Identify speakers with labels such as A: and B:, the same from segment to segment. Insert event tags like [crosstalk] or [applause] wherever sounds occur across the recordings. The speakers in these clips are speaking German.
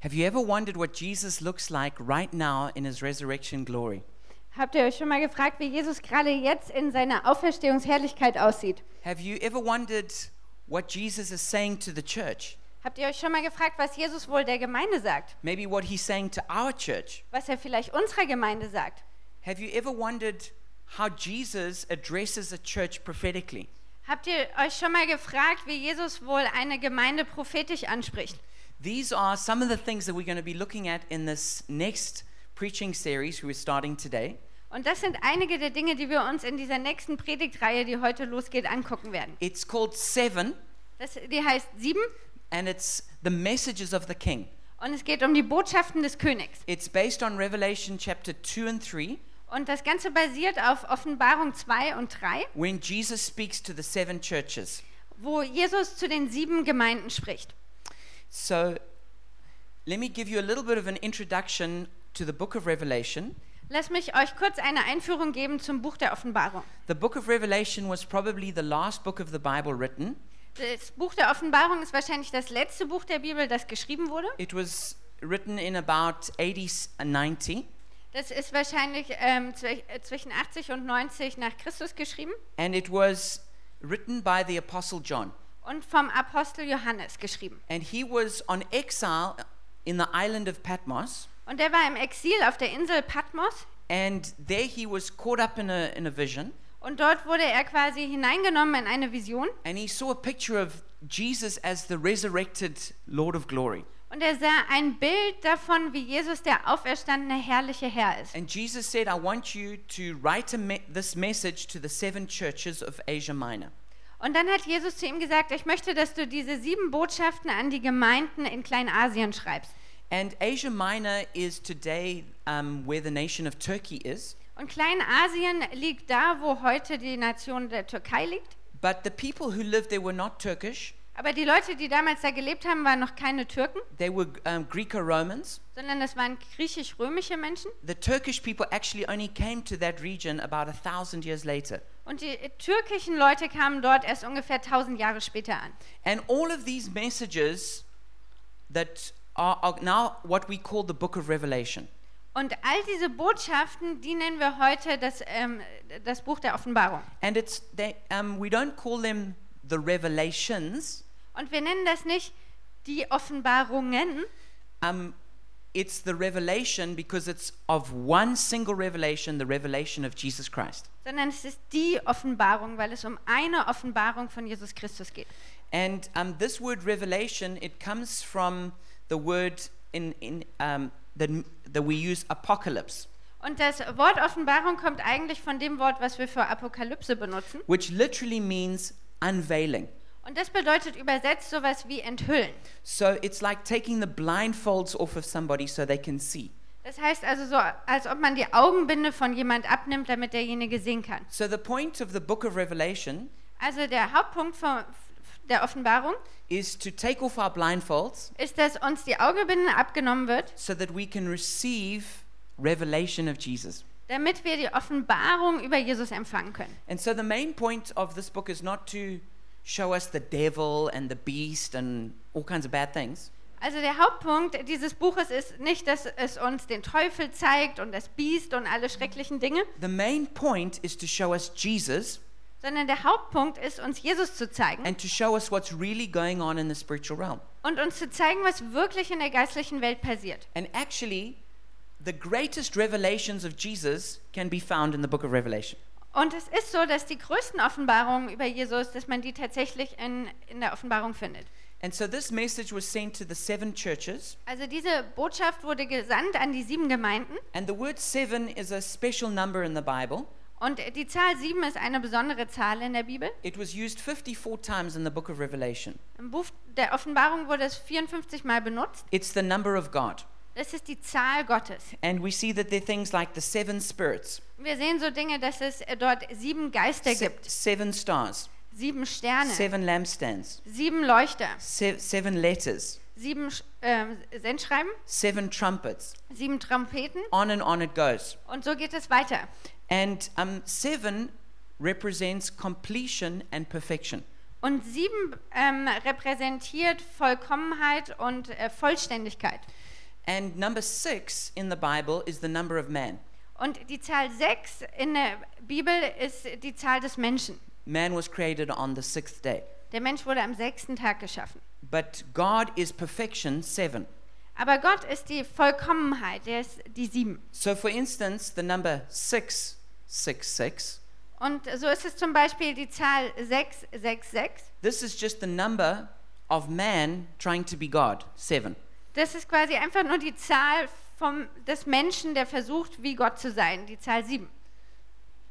A: Have you ever wondered what Jesus looks like right now in his resurrection glory?
B: Habt ihr euch schon mal gefragt, wie Jesus gerade jetzt in seiner Auferstehungsherrlichkeit aussieht?
A: Have you ever wondered what Jesus is saying to the church?
B: Habt ihr euch schon mal gefragt, was Jesus wohl der Gemeinde sagt?
A: Maybe what he's saying to our church?
B: Was er vielleicht unserer Gemeinde sagt?
A: Have you ever wondered how Jesus addresses a church prophetically?
B: Habt ihr euch schon mal gefragt, wie Jesus wohl eine Gemeinde prophetisch anspricht?
A: These are some of the things that we're going to be looking at in this next preaching series we're starting today.
B: Und das sind einige der Dinge, die wir uns in dieser nächsten Predigtreihe, die heute losgeht, angucken werden.
A: It's called Seven,
B: Das, die heißt sieben
A: and it's the messages of the King.
B: und es geht um die Botschaften des Königs.
A: It's based on Revelation chapter 2 and 3,
B: Und das Ganze basiert auf Offenbarung 2 und 3,
A: when Jesus speaks to the seven churches.
B: wo Jesus zu den sieben Gemeinden spricht.
A: So, let me give you a little bit of an introduction to the book of Revelation.
B: Lass mich euch kurz eine Einführung geben zum Buch der Offenbarung.
A: The book of Revelation was probably the last book of the Bible written.
B: Das Buch der Offenbarung ist wahrscheinlich das letzte Buch der Bibel, das geschrieben wurde.
A: It was written in about 80 and 90,
B: Das ist wahrscheinlich ähm, zw- äh, zwischen 80 und 90 nach Christus geschrieben
A: and it was written by the Apostle John.
B: und vom Apostel Johannes geschrieben.
A: And he was on exile in the island of Patmos,
B: Und er war im Exil auf der Insel Patmos
A: and there he was caught up in a, in a vision,
B: und dort wurde er quasi hineingenommen in eine Vision
A: and he saw a picture of Jesus as the resurrected Lord of glory.
B: und er sah ein Bild davon, wie Jesus der auferstandene herrliche Herr ist.
A: And Jesus said, I want you to write a me- this message to the seven churches of Asia Minor.
B: Und dann hat Jesus zu ihm gesagt, ich möchte, dass du diese sieben Botschaften an die Gemeinden in Kleinasien schreibst.
A: And Asia Minor is today um, where the nation of Turkey is.
B: Und Kleinasien liegt da, wo heute die Nation der Türkei liegt.
A: But the people who lived there were not Turkish,
B: Aber die Leute, die damals da gelebt haben, waren noch keine Türken,
A: they were um, Greco Romans.
B: sondern das waren griechisch-römische Menschen.
A: The Turkish people actually only came to that region about a thousand years later.
B: Und die türkischen Leute kamen dort erst ungefähr 1000 Jahre später an.
A: And all of these messages that are, are now what we call the book of Revelation.
B: Und all diese Botschaften, die nennen wir heute das, ähm, das Buch der Offenbarung.
A: And it's they, um, we don't call them the revelations,
B: Und wir nennen das nicht die Offenbarungen,
A: um, it's the revelation because it's of one single revelation, the revelation of Jesus Christ.
B: sondern es ist die Offenbarung, weil es um eine Offenbarung von Jesus Christus geht.
A: And um, this word revelation, it comes from the word in, in um, that, that we use apocalypse,
B: Und das Wort Offenbarung kommt eigentlich von dem Wort, was wir für Apokalypse benutzen.
A: which literally means unveiling.
B: Und das bedeutet übersetzt sowas wie enthüllen.
A: So it's like taking the blindfolds off of somebody so they can see.
B: Das heißt also so, als ob man die Augenbinde von jemand abnimmt, damit derjenige sehen kann.
A: So the point of the book of Revelation
B: Also der Hauptpunkt von der Offenbarung
A: is to take off our blindfolds
B: ist, dass uns die Augenbinde abgenommen wird,
A: so that we can receive revelation of Jesus.
B: damit wir die Offenbarung über Jesus empfangen können.
A: And so the main point of this book is not to show us the devil and the beast and all kinds of bad things.
B: Also der Hauptpunkt dieses Buches ist nicht, dass es uns den Teufel zeigt und das Biest und alle schrecklichen Dinge,
A: The main point is to show us Jesus
B: sondern der Hauptpunkt ist, uns Jesus zu zeigen
A: and to show us what's really going on in the spiritual realm.
B: und uns zu zeigen, was wirklich in der geistlichen Welt passiert.
A: And actually, the greatest revelations of Jesus can be found in the book of Revelation.
B: Und es ist so, dass die größten Offenbarungen über Jesus, dass man die tatsächlich in, in der Offenbarung findet.
A: And so this message was sent to the seven churches.
B: Also diese Botschaft wurde gesandt an die sieben Gemeinden
A: And the word seven is a special number in the Bible.
B: und die Zahl sieben ist eine besondere Zahl in der Bibel.
A: It was used 54 times in the book of Revelation.
B: Im Buch der Offenbarung wurde es 54 Mal benutzt.
A: It's the number of God.
B: Das ist die Zahl Gottes.
A: And we see that there are things like the seven spirits,
B: Wir sehen so Dinge, dass es äh, dort sieben Geister
A: se-
B: gibt,
A: seven stars,
B: sieben Sterne,
A: seven lampstands,
B: sieben Leuchter,
A: se- seven letters,
B: sieben Sch- ähm, Sendschreiben,
A: seven trumpets.
B: sieben Trompeten
A: On and on it goes.
B: und so geht es weiter.
A: And um, seven represents completion and perfection.
B: Und sieben ähm, repräsentiert Vollkommenheit und äh, Vollständigkeit.
A: And number six in the Bible is the number of man.
B: Und die Zahl 6 in der Bibel ist die Zahl des Menschen.
A: Man was created on the sixth day.
B: Der Mensch wurde am sechsten Tag geschaffen.
A: But God is perfection, seven.
B: Aber Gott ist die Vollkommenheit, der ist die 7.
A: So, for instance, the number 666,
B: Und so ist es zum Beispiel die Zahl 666.
A: this is just the number of man trying to be God, seven.
B: Das ist quasi einfach nur die Zahl vom, des Menschen, der versucht, wie Gott zu sein, die Zahl 7.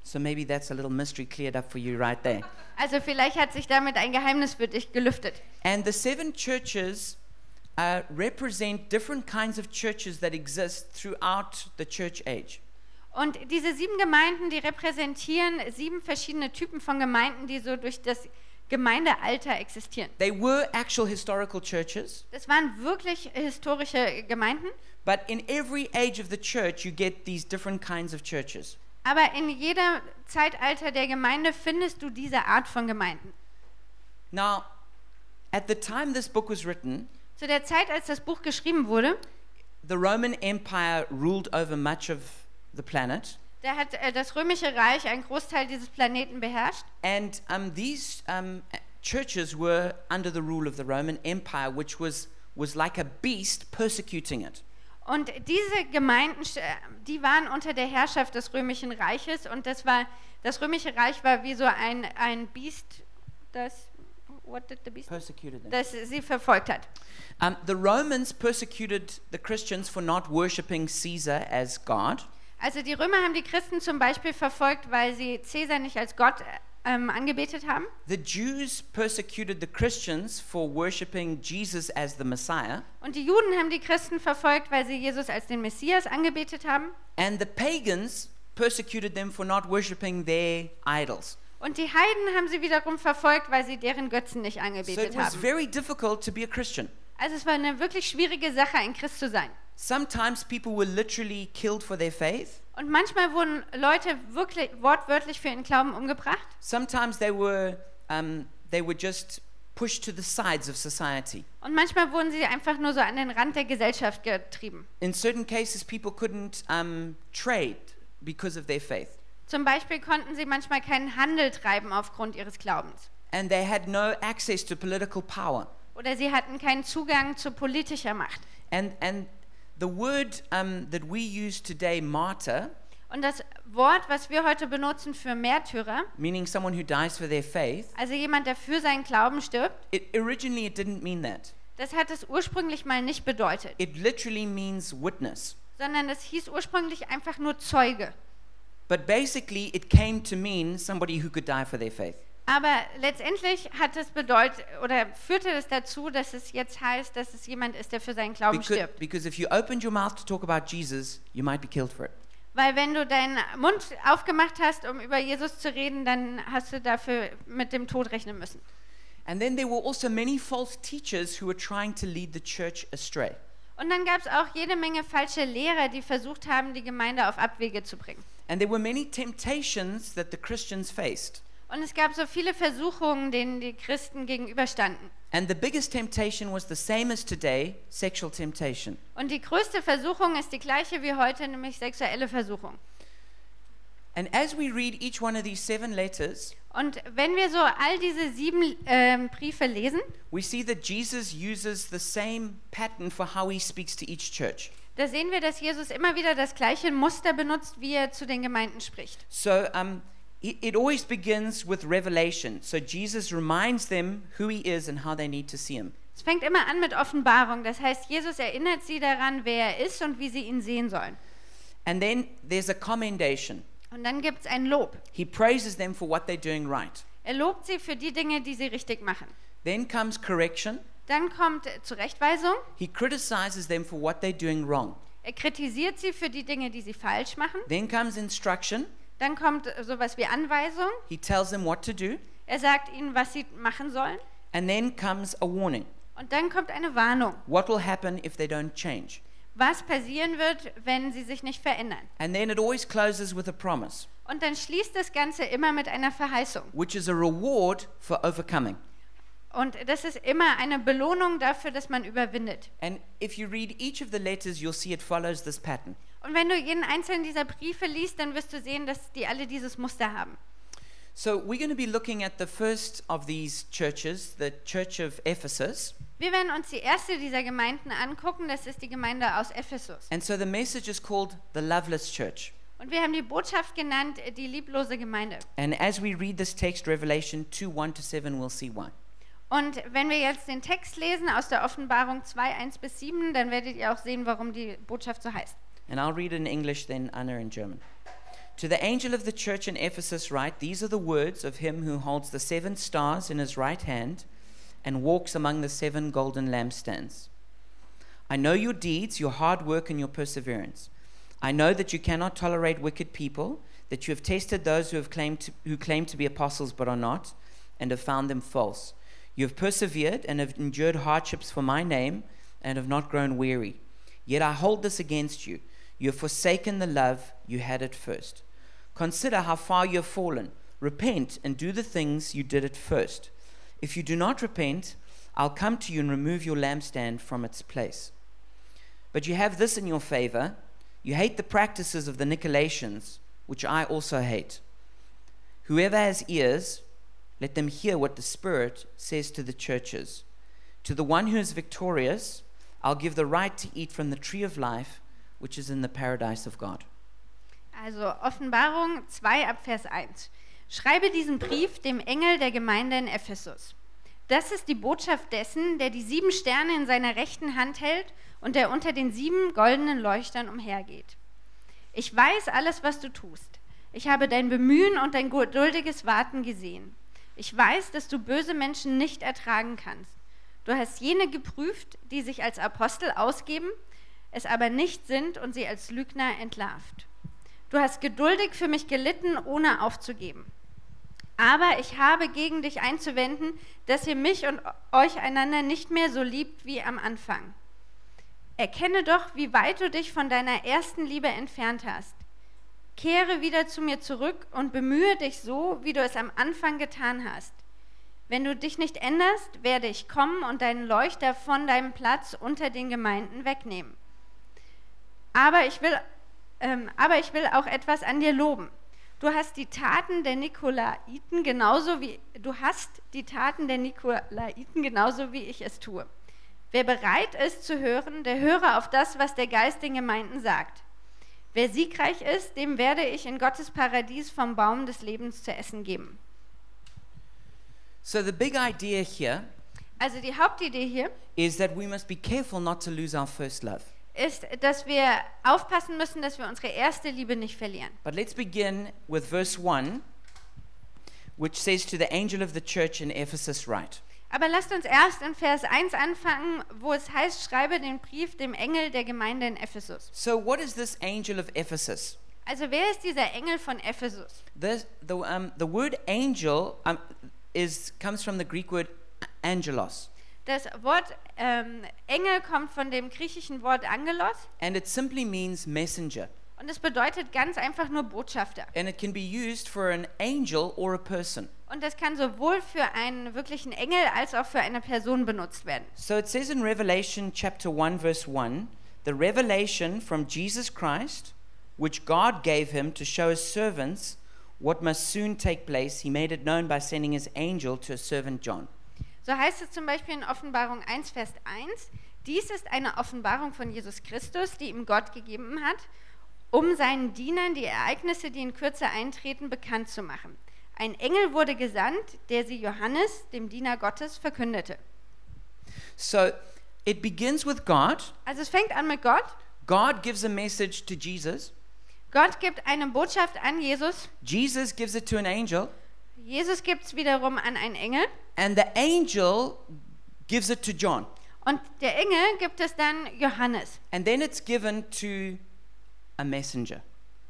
A: So, maybe that's a little mystery cleared up for you right there.
B: Also vielleicht hat sich damit ein Geheimnis für dich gelüftet.
A: And the seven churches uh, represent different kinds of churches that exist throughout the church age.
B: Und diese sieben Gemeinden, die repräsentieren sieben verschiedene Typen von Gemeinden, die so durch das Gemeindealter existieren.
A: They were actual historical churches,
B: Das waren wirklich historische Gemeinden,
A: but in every age of the church, you get these different kinds of churches.
B: aber in jedem Zeitalter der Gemeinde findest du diese Art von Gemeinden.
A: Now, at the time this book was written,
B: Zu der Zeit, als das Buch geschrieben wurde,
A: the Roman Empire ruled over much of the planet,
B: da hat äh, das Römische Reich einen Großteil dieses Planeten beherrscht.
A: and um, these um, churches were under the rule of the Roman Empire, which was, was like a beast persecuting it.
B: Und diese Gemeinden, st- äh, die waren unter der Herrschaft des Römischen Reiches und das war, das Römische Reich war wie so ein, ein Biest, das, what did the beast?
A: Persecuted them.
B: das sie verfolgt hat.
A: Um, the Romans persecuted the Christians for not worshipping Caesar as God.
B: Also die Römer haben die Christen zum Beispiel verfolgt, weil sie Cäsar nicht als Gott äh, ähm, angebetet haben.
A: The Jews persecuted the Christians for worshipping Jesus as the Messiah.
B: Und die Juden haben die Christen verfolgt, weil sie Jesus als den Messias angebetet haben.
A: And the pagans persecuted them for not worshipping their idols.
B: Und die Heiden haben sie wiederum verfolgt, weil sie deren Götzen nicht
A: So it
B: angebetet
A: was
B: haben.
A: very difficult to be a Christian.
B: Also es war eine wirklich schwierige Sache, ein Christ zu sein.
A: Sometimes people were literally killed for their faith.
B: Und manchmal wurden Leute wirklich wortwörtlich für ihren Glauben umgebracht.
A: Sometimes they were, um, they were just pushed to the sides of society.
B: Und manchmal wurden sie einfach nur so an den Rand der Gesellschaft getrieben.
A: In certain cases, people couldn't um, trade because of their faith.
B: Zum Beispiel konnten sie manchmal keinen Handel treiben aufgrund ihres Glaubens.
A: And they had no access to political power.
B: Oder sie hatten keinen Zugang zu politischer Macht.
A: And, and the word um, that we use today, martyr,
B: Und das Wort, was wir heute benutzen für Märtyrer,
A: meaning someone who dies for their faith,
B: also jemand, der für seinen Glauben stirbt,
A: it, originally it didn't mean that.
B: das hat es ursprünglich mal nicht bedeutet,
A: It literally means witness.
B: sondern das hieß ursprünglich einfach nur Zeuge.
A: But basically, it came to mean somebody who could die for their faith.
B: Aber letztendlich hat es bedeutet oder führte es dazu, dass es jetzt heißt, dass es jemand ist, der für seinen Glauben
A: Because,
B: stirbt.
A: because if you opened your mouth to talk about Jesus, you might be killed for it.
B: Weil wenn du deinen Mund aufgemacht hast, um über Jesus zu reden, dann hast du dafür mit dem Tod rechnen müssen.
A: And then there were also many false teachers who were trying to lead the church astray.
B: Und dann gab es auch jede Menge falsche Lehrer, die versucht haben, die Gemeinde auf Abwege zu bringen.
A: And there were many temptations that the Christians faced.
B: Und es gab so viele Versuchungen, denen die Christen gegenüberstanden.
A: And the biggest temptation was the same as today sexual temptation.
B: Und die größte Versuchung ist die gleiche wie heute, nämlich sexuelle Versuchung.
A: And as we read each one of these seven letters,
B: Und wenn wir so all diese sieben ähm, Briefe lesen,
A: we see that Jesus uses the same pattern for how he speaks to each church.
B: da sehen wir, dass Jesus immer wieder das gleiche Muster benutzt, wie er zu den Gemeinden spricht.
A: So um, it, it always begins with revelation. So Jesus reminds them who he is and how they need to see him.
B: Es fängt immer an mit Offenbarung. Das heißt, Jesus erinnert sie daran, wer er ist und wie sie ihn sehen sollen.
A: And then there's a commendation.
B: Und dann gibt es ein Lob.
A: He praises them for what they're doing right.
B: Er lobt sie für die Dinge, die sie richtig machen.
A: Then comes correction.
B: Dann kommt äh, Zurechtweisung.
A: He criticizes them for what they're doing wrong.
B: Er kritisiert sie für die Dinge, die sie falsch machen.
A: Then comes instruction.
B: Dann kommt äh, sowas wie Anweisung.
A: He tells them what to do.
B: Er sagt ihnen, was sie machen sollen.
A: And then comes a warning.
B: Und dann kommt eine Warnung,
A: What will happen if they don't change?
B: was passieren wird, wenn sie sich nicht verändern.
A: And then it always closes with a promise,
B: Und dann schließt das Ganze immer mit einer Verheißung.
A: which is a reward for overcoming.
B: Und das ist immer eine Belohnung dafür, dass man überwindet.
A: And if you read each of the letters, you'll see it follows this pattern.
B: Und wenn du jeden einzelnen dieser Briefe liest, dann wirst du sehen, dass die alle dieses Muster haben.
A: So we're going to be looking at the first of these churches, the Church of Ephesus.
B: Wir werden uns die erste dieser Gemeinden angucken, das ist die Gemeinde aus Ephesus.
A: And so the message is called the Loveless Church.
B: Und wir haben die Botschaft genannt, äh, die lieblose Gemeinde.
A: And as we read this text, Revelation 2 1 to 7, we'll see why.
B: Und wenn wir jetzt den Text lesen aus der Offenbarung 2, 1 bis 7, dann werdet ihr auch sehen, warum die Botschaft so heißt.
A: And I'll read it in English, then Anna in German. To the angel of the church in Ephesus, write These are the words of him who holds the seven stars in his right hand and walks among the seven golden lampstands. I know your deeds, your hard work, and your perseverance. I know that you cannot tolerate wicked people, that you have tested those who, have claimed to, who claim to be apostles but are not, and have found them false. You have persevered and have endured hardships for my name, and have not grown weary. Yet I hold this against you. You have forsaken the love you had at first. Consider how far you have fallen. Repent and do the things you did at first. If you do not repent, I'll come to you and remove your lampstand from its place. But you have this in your favor you hate the practices of the Nicolaitans, which I also hate. Whoever has ears, let them hear what the Spirit says to the churches. To the one who is victorious, I'll give the right to eat from the tree of life, which is in the paradise of God.
B: Also Offenbarung 2 ab Vers 1. Schreibe diesen Brief dem Engel der Gemeinde in Ephesus. Das ist die Botschaft dessen, der die sieben Sterne in seiner rechten Hand hält und der unter den sieben goldenen Leuchtern umhergeht. Ich weiß alles, was du tust. Ich habe dein Bemühen und dein geduldiges Warten gesehen. Ich weiß, dass du böse Menschen nicht ertragen kannst. Du hast jene geprüft, die sich als Apostel ausgeben, es aber nicht sind und sie als Lügner entlarvt. Du hast geduldig für mich gelitten, ohne aufzugeben. Aber ich habe gegen dich einzuwenden, dass ihr mich und euch einander nicht mehr so liebt wie am Anfang. Erkenne doch, wie weit du dich von deiner ersten Liebe entfernt hast. Kehre wieder zu mir zurück und bemühe dich so, wie du es am Anfang getan hast. Wenn du dich nicht änderst, werde ich kommen und deinen Leuchter von deinem Platz unter den Gemeinden wegnehmen. Aber ich will, ähm, aber ich will auch etwas an dir loben. Du hast die Taten der Nikolaiten genauso wie du hast die Taten der Nikolaiten genauso wie ich es tue. Wer bereit ist zu hören, der höre auf das, was der Geist den Gemeinden sagt. Wer siegreich ist, dem werde ich in Gottes Paradies vom Baum des Lebens zu essen geben.
A: So the big idea here
B: Also die Hauptidee hier
A: is that we must be careful not to lose our first love.
B: ist, dass wir aufpassen müssen, dass wir unsere erste Liebe nicht verlieren.
A: But let's begin with verse 1, which says, To the angel of the church in Ephesus, write.
B: Aber lasst uns erst in Vers 1 anfangen, wo es heißt, schreibe den Brief dem Engel der Gemeinde in Ephesus.
A: So, what is this angel of Ephesus?
B: Also wer ist dieser Engel von Ephesus?
A: The, the, um, the word angel um, is, comes from the Greek word angelos,
B: Das Wort ähm, Engel kommt von dem griechischen Wort Angelos
A: and it simply means messenger.
B: und es bedeutet ganz einfach nur Botschafter.
A: And it can be used for an angel or a person.
B: Und das kann sowohl für einen wirklichen Engel als auch für eine Person benutzt werden.
A: So it says in Revelation chapter 1, verse 1 the revelation from Jesus Christ, which God gave him to show his servants what must soon take place, he made it known by sending his angel to his servant John.
B: So heißt es zum Beispiel in Offenbarung 1, Vers 1, dies ist eine Offenbarung von Jesus Christus, die ihm Gott gegeben hat, um seinen Dienern die Ereignisse, die in Kürze eintreten, bekannt zu machen. Ein Engel wurde gesandt, der sie Johannes, dem Diener Gottes, verkündete.
A: So it begins with God.
B: Also es fängt an mit Gott.
A: God gives a message to Jesus.
B: Gott gibt eine Botschaft an Jesus.
A: Jesus gives it to an angel.
B: Jesus gibt es wiederum an einen Engel.
A: And the angel gives it to John.
B: Und der Engel gibt es dann Johannes.
A: And then it's given to a messenger.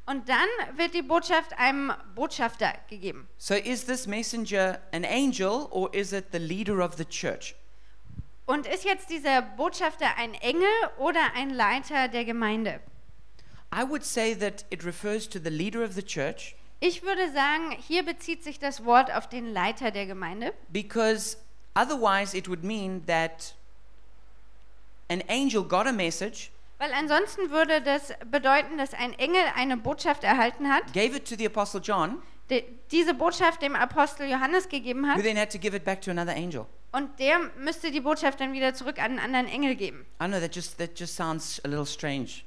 B: Und dann wird die Botschaft einem Botschafter gegeben.
A: So is this messenger an angel or is it the leader of the church?
B: Und ist jetzt dieser Botschafter ein Engel oder ein Leiter der Gemeinde?
A: I would say that it refers to the leader of the church
B: Ich würde sagen, hier bezieht sich das Wort auf den Leiter der Gemeinde,
A: because Otherwise, it would mean that an angel got a message,
B: Weil ansonsten würde das bedeuten, dass ein Engel eine Botschaft erhalten hat,
A: gave it to the Apostle John,
B: die, diese Botschaft dem Apostel Johannes gegeben
A: who
B: hat
A: then had to give it back to another angel.
B: und der müsste die Botschaft dann wieder zurück an einen anderen Engel geben.
A: I know that just that just sounds a little strange.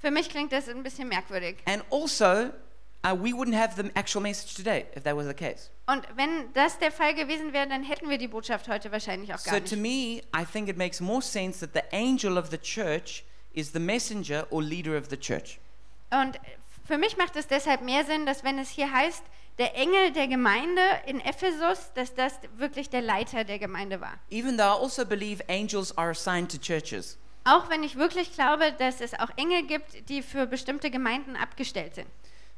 B: Für mich klingt das ein bisschen merkwürdig.
A: And also, uh, we wouldn't have the actual message today if that was the case.
B: Und wenn das der Fall gewesen wäre, dann hätten wir die Botschaft heute wahrscheinlich auch gar
A: So to
B: nicht.
A: me, I think it makes more sense that the angel of the church is the messenger or leader of the church.
B: Und für mich macht es deshalb mehr Sinn, dass wenn es hier heißt, der Engel der Gemeinde in Ephesus, dass das wirklich der Leiter der Gemeinde war.
A: Even though I also believe angels are assigned to churches.
B: Auch wenn ich wirklich glaube, dass es auch Engel gibt, die für bestimmte Gemeinden abgestellt sind.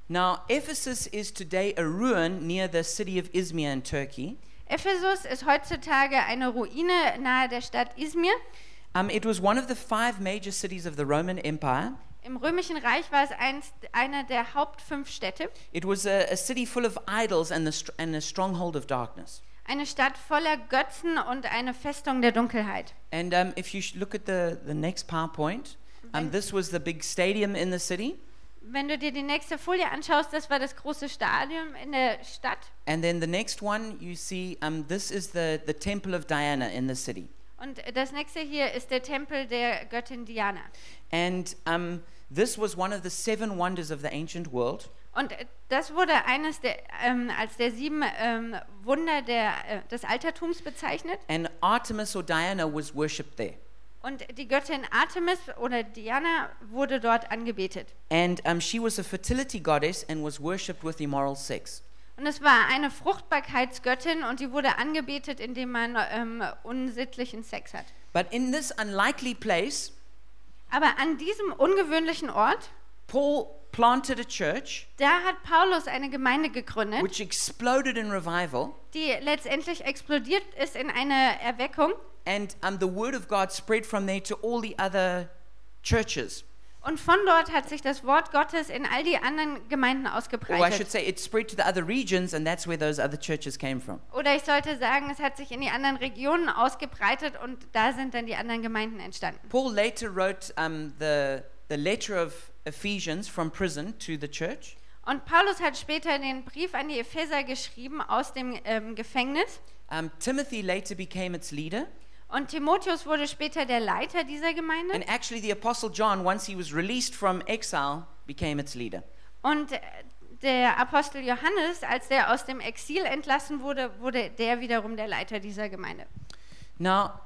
A: Now, Ephesus is today a ruin near the city of Izmir in Turkey.
B: Ephesus ist heutzutage eine Ruine nahe der Stadt Izmir.
A: Um, it was one of the five major cities of the Roman Empire.
B: Im Römischen Reich war es einst eine der Haupt fünf Städte,
A: It was a, a city full of idols and, the str- and a stronghold of darkness.
B: eine Stadt voller Götzen und eine Festung der Dunkelheit.
A: And um, if you sh- look at the, the next PowerPoint, um,
B: Thank-
A: this was the big stadium in the city.
B: Wenn du dir die nächste Folie anschaust, das war das große Stadion in der Stadt.
A: And then the next one, you see um, this is the, the Temple of Diana in the city.
B: Und das nächste hier ist der Tempel der Göttin Diana.
A: And um, this was one of the seven wonders of the ancient world.
B: Und das wurde eines der, ähm, als der sieben ähm, Wunder der, äh, des Altertums bezeichnet.
A: And Artemis or Diana was worshipped there.
B: Und die Göttin Artemis oder Diana wurde dort angebetet.
A: And um, she was a fertility goddess and was worshipped with immoral sex.
B: Und es war eine Fruchtbarkeitsgöttin und die wurde angebetet, indem man ähm, unsittlichen Sex hat.
A: But in this unlikely place,
B: Aber an diesem ungewöhnlichen Ort,
A: Paul planted a church
B: da hat Paulus eine Gemeinde gegründet,
A: which exploded in revival.
B: die letztendlich explodiert ist in eine Erweckung.
A: And um, the word of God spread from there to all the other churches.
B: Und von dort hat sich das Wort Gottes in all die anderen Gemeinden
A: Or I should
B: ausgebreitet.
A: say, it spread to the other regions, and that's where those other churches came from.
B: Oder ich sollte sagen, es hat sich in die anderen Regionen ausgebreitet und da sind dann die anderen Gemeinden entstanden.
A: Paul later wrote um, the, the letter of Ephesians from prison to the church.
B: Und Paulus hat später den Brief an die Epheser geschrieben aus dem ähm, Gefängnis.
A: Um, Timothy later became its leader.
B: Und Timotheus wurde später der Leiter dieser Gemeinde.
A: And actually, the Apostle John, once he was released from exile, became its leader.
B: Und äh, der Apostel Johannes, als der aus dem Exil entlassen wurde, wurde der wiederum der Leiter dieser Gemeinde.
A: Now,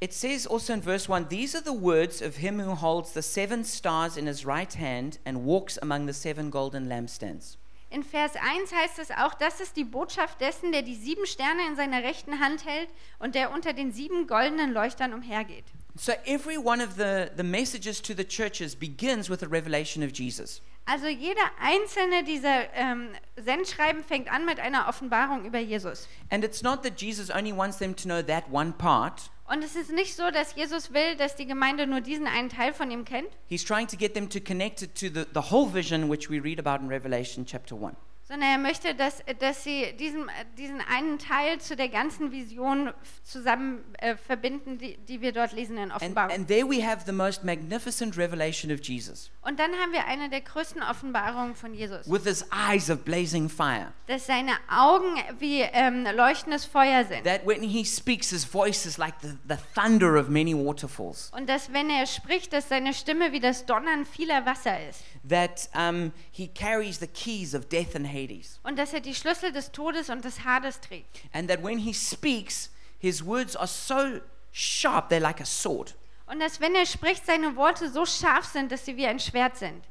A: it says also in verse 1 These are the words of him who holds the seven stars in his right hand and walks among the seven golden lampstands.
B: In Vers 1 heißt es auch, das ist die Botschaft dessen, der die sieben Sterne in seiner rechten Hand hält und der unter den sieben goldenen Leuchtern umhergeht.
A: So every one of the, the messages to the churches begins with a revelation of Jesus.
B: Also jeder einzelne dieser ähm, Sendschreiben fängt an mit einer Offenbarung über Jesus.
A: And it's not that Jesus only wants them to know that one part.
B: Und es ist nicht so, dass Jesus will, dass die Gemeinde nur diesen einen Teil von ihm kennt,
A: He's trying to get them to connect it to the, the whole vision which we read about in Revelation chapter 1.
B: sondern er möchte, dass, dass sie diesen, diesen einen Teil zu der ganzen Vision f- zusammen äh, verbinden, die, die wir dort lesen in
A: And,
B: Offenbarung.
A: and there we have the most magnificent revelation of Jesus
B: Und dann haben wir eine der größten Offenbarungen von Jesus.
A: with his eyes of blazing fire.
B: dass seine Augen wie ähm, leuchtendes Feuer sind.
A: That when he speaks, his voice is like the, the thunder of many waterfalls.
B: Und dass, wenn er spricht, dass seine Stimme wie das Donnern vieler Wasser ist.
A: That um, he carries the keys of death and Hades.
B: Und dass er die Schlüssel des Todes und des Hades trägt.
A: And that when he speaks, his words are so sharp, they're like a sword.
B: Und dass, wenn er spricht, seine Worte so scharf sind, dass sie wie ein Schwert sind.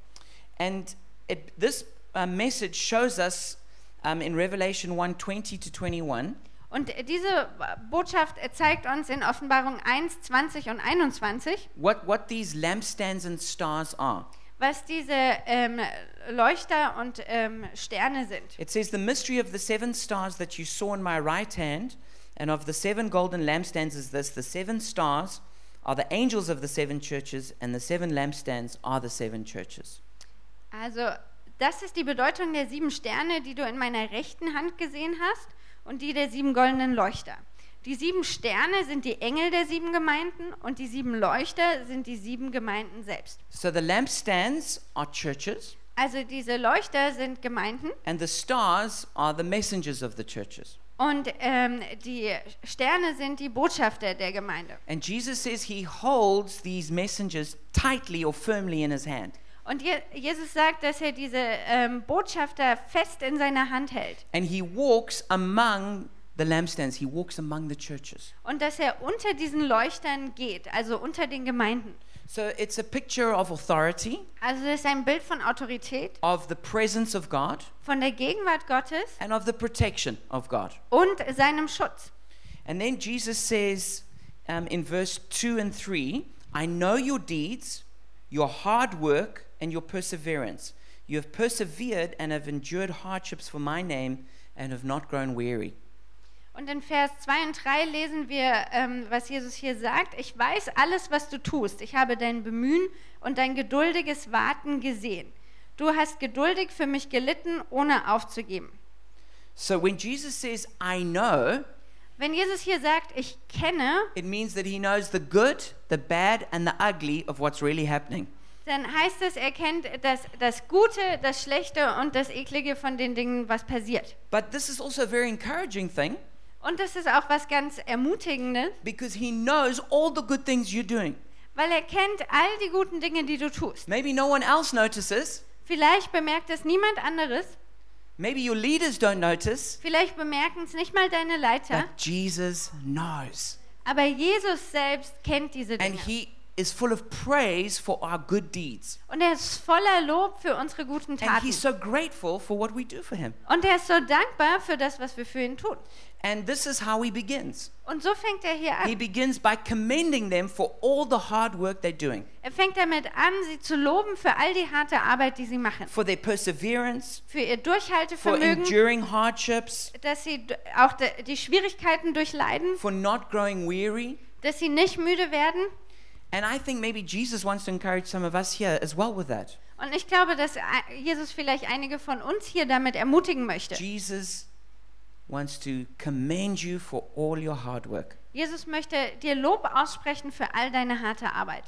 A: And it, this uh, message shows us um, in Revelation 1 20 to 21
B: Und diese Botschaft zeigt uns in Offenbarung 1, 20 und 21,
A: what, what these lampstands and stars are.
B: was diese ähm, Leuchter und ähm, Sterne sind.
A: It says, The mystery of the seven stars that you saw in my right hand, and of the seven golden lampstands is this the seven stars are the angels of the seven churches, and the seven lampstands are the seven churches.
B: Also, das ist die Bedeutung der sieben Sterne, die du in meiner rechten Hand gesehen hast und die der sieben goldenen Leuchter. Die sieben Sterne sind die Engel der sieben Gemeinden und die sieben Leuchter sind die sieben Gemeinden selbst.
A: So the lampstands are churches,
B: Also diese Leuchter sind Gemeinden
A: and the stars are the messengers of the churches.
B: und ähm, die Sterne sind die Botschafter der Gemeinde.
A: And Jesus says he holds these messengers tightly or firmly in his hand.
B: Und Je Jesus sagt, dass er diese ähm, Botschafter fest in seiner Hand hält
A: And he walks among the lampstands, he walks among the churches.
B: und dass er unter diesen Leuchtern geht, also unter den Gemeinden.
A: So it's a picture of authority,
B: Also das ist ein Bild von Autorität,
A: of the presence of God,
B: von der Gegenwart Gottes
A: and of the protection of God.
B: und seinem Schutz.
A: And then Jesus says um, in verse 2 and 3 I know your deeds, your hard work, and your perseverance. You have persevered and have endured hardships for my name and have not grown weary.
B: Und in Vers 2 und 3 lesen wir, ähm, was Jesus hier sagt. Ich weiß alles, was du tust. Ich habe dein Bemühen und dein geduldiges Warten gesehen. Du hast geduldig für mich gelitten, ohne aufzugeben.
A: So when Jesus says, I know,
B: Wenn Jesus hier sagt, ich kenne,
A: it means that he knows the good, the bad, and the ugly of what's really happening.
B: dann heißt es, er kennt das, das Gute, das Schlechte und das Eklige von den Dingen, was passiert.
A: But this is also a very encouraging thing
B: Und das ist auch was ganz Ermutigendes,
A: because he knows all the good things you're doing.
B: weil er kennt all die guten Dinge, die du tust.
A: Maybe no one else notices.
B: Vielleicht bemerkt es niemand anderes,
A: Maybe your leaders don't notice.
B: vielleicht bemerken es nicht mal deine Leiter,
A: But Jesus knows.
B: aber Jesus selbst kennt diese
A: And
B: Dinge.
A: he is full of praise for our good deeds.
B: Und er ist voller Lob für unsere guten
A: And
B: Taten.
A: he's so grateful for what we do for him.
B: Und er ist so dankbar für das, was wir für ihn tun.
A: And this is how he begins.
B: Und so fängt er hier
A: He
B: an.
A: begins by commending them for all the hard work they're doing,
B: Er fängt damit an, sie zu loben für all die harte Arbeit, die sie machen.
A: for their perseverance,
B: Für ihr
A: for
B: Durchhaltevermögen,
A: enduring hardships,
B: dass sie d- auch de- die Schwierigkeiten durchleiden,
A: for not growing weary.
B: dass sie nicht müde werden.
A: And I think maybe Jesus wants to encourage some of us here as well with that.
B: Und ich glaube, dass äh, Jesus vielleicht einige von uns hier damit ermutigen möchte.
A: Jesus wants to commend you for all your hard work.
B: Jesus möchte dir Lob aussprechen für all deine harte Arbeit.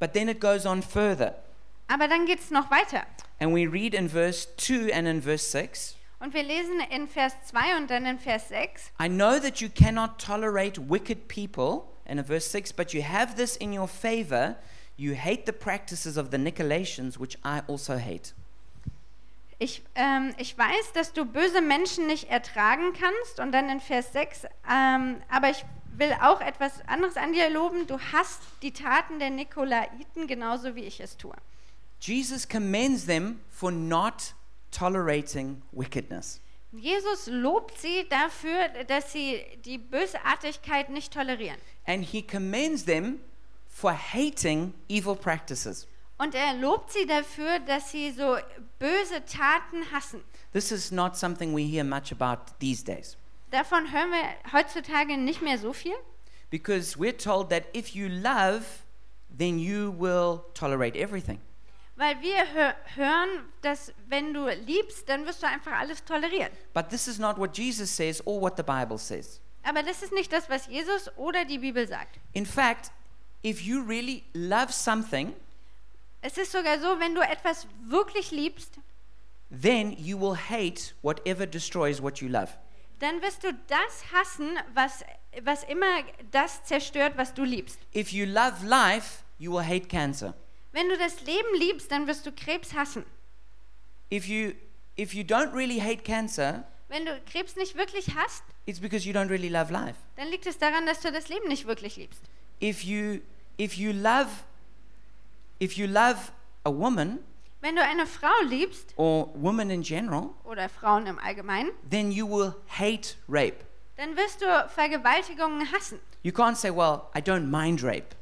A: But then it goes on further.
B: Aber dann geht es noch weiter.
A: And we read in verse 2 and in verse 6
B: Und wir lesen in Vers 2 und dann in Vers 6.
A: I know that you cannot tolerate wicked people. And in verse 6, but you have this in your favor. You hate the practices of the Nicolaitans, which I also hate.
B: Ich, ähm, ich weiß, dass du böse Menschen nicht ertragen kannst. Und dann in Vers 6, ähm, aber ich will auch etwas anderes an dir loben. Du hasst die Taten der Nikolaiten genauso wie ich es tue.
A: Jesus commends them for not tolerating wickedness.
B: Jesus lobt sie dafür, dass sie die Bösartigkeit nicht tolerieren.
A: And he commends them for hating evil practices.
B: Und er lobt sie dafür, dass sie so böse Taten hassen.
A: This is not something we hear much about these days
B: Davon hören wir heutzutage nicht mehr so viel.
A: because we're told that if you love, then you will tolerate everything.
B: Weil wir hö hören, dass wenn du liebst, dann wirst du einfach alles tolerieren.
A: But this is not what Jesus says or what the Bible says.
B: Aber das ist nicht das, was Jesus oder die Bibel sagt.
A: In fact, if you really love something,
B: Es ist sogar so, wenn du etwas wirklich liebst,
A: then you will hate whatever destroys what you love.
B: dann wirst du das hassen, was, was immer das zerstört, was du liebst.
A: If you love life, you will hate cancer.
B: Wenn du das Leben liebst, dann wirst du Krebs hassen.
A: If you if you don't really hate cancer,
B: Wenn du Krebs nicht wirklich hast,
A: it's because you don't really love life.
B: dann liegt es daran, dass du das Leben nicht wirklich liebst.
A: If you if you love if you love a woman
B: Wenn du eine Frau liebst
A: or women in general,
B: oder Frauen im Allgemeinen,
A: then you will hate rape.
B: dann wirst du Vergewaltigungen hassen.
A: You can't say, "Well, I don't mind rape,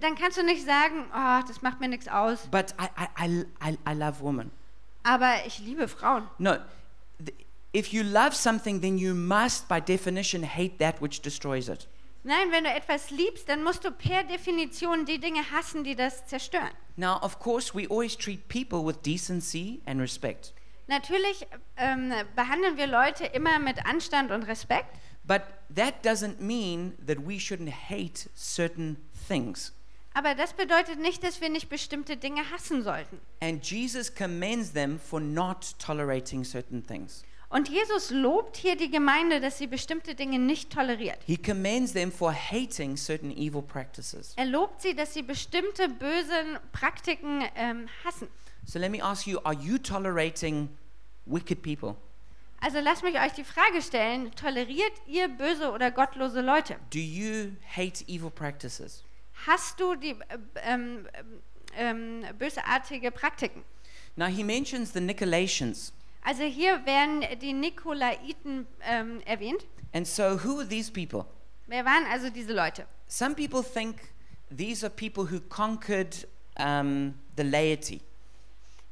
B: Dann kannst du nicht sagen, oh, das macht mir nichts aus,
A: but I I, I, I, I love women."
B: aber ich liebe Frauen.
A: No. Th- If you love something, then you must, by definition, hate that which destroys it.
B: Nein, wenn du etwas liebst, dann musst du per Definition die Dinge hassen, die das zerstören.
A: Now, of course, we always treat people with decency and respect.
B: Natürlich ähm, behandeln wir Leute immer mit Anstand und Respekt,
A: But that doesn't mean that we shouldn't hate certain things.
B: Aber das bedeutet nicht, dass wir nicht bestimmte Dinge hassen sollten.
A: And Jesus commends them for not tolerating certain things.
B: Und Jesus lobt hier die Gemeinde, dass sie bestimmte Dinge nicht toleriert.
A: He commends them for hating certain evil practices.
B: Er lobt sie, dass sie bestimmte bösen Praktiken ähm, hassen.
A: So let me ask you are you tolerating wicked people?
B: Also lasst mich euch die Frage stellen, toleriert ihr böse oder gottlose Leute?
A: Do you hate evil practices?
B: Hast du die äh, ähm, ähm, bösartige Praktiken?
A: Now he mentions the Nicolaitans.
B: Also hier werden die Nikolaiten ähm, erwähnt.
A: And so who were these people?
B: Wer waren also diese Leute?
A: Some people think these are people who conquered um, the laity.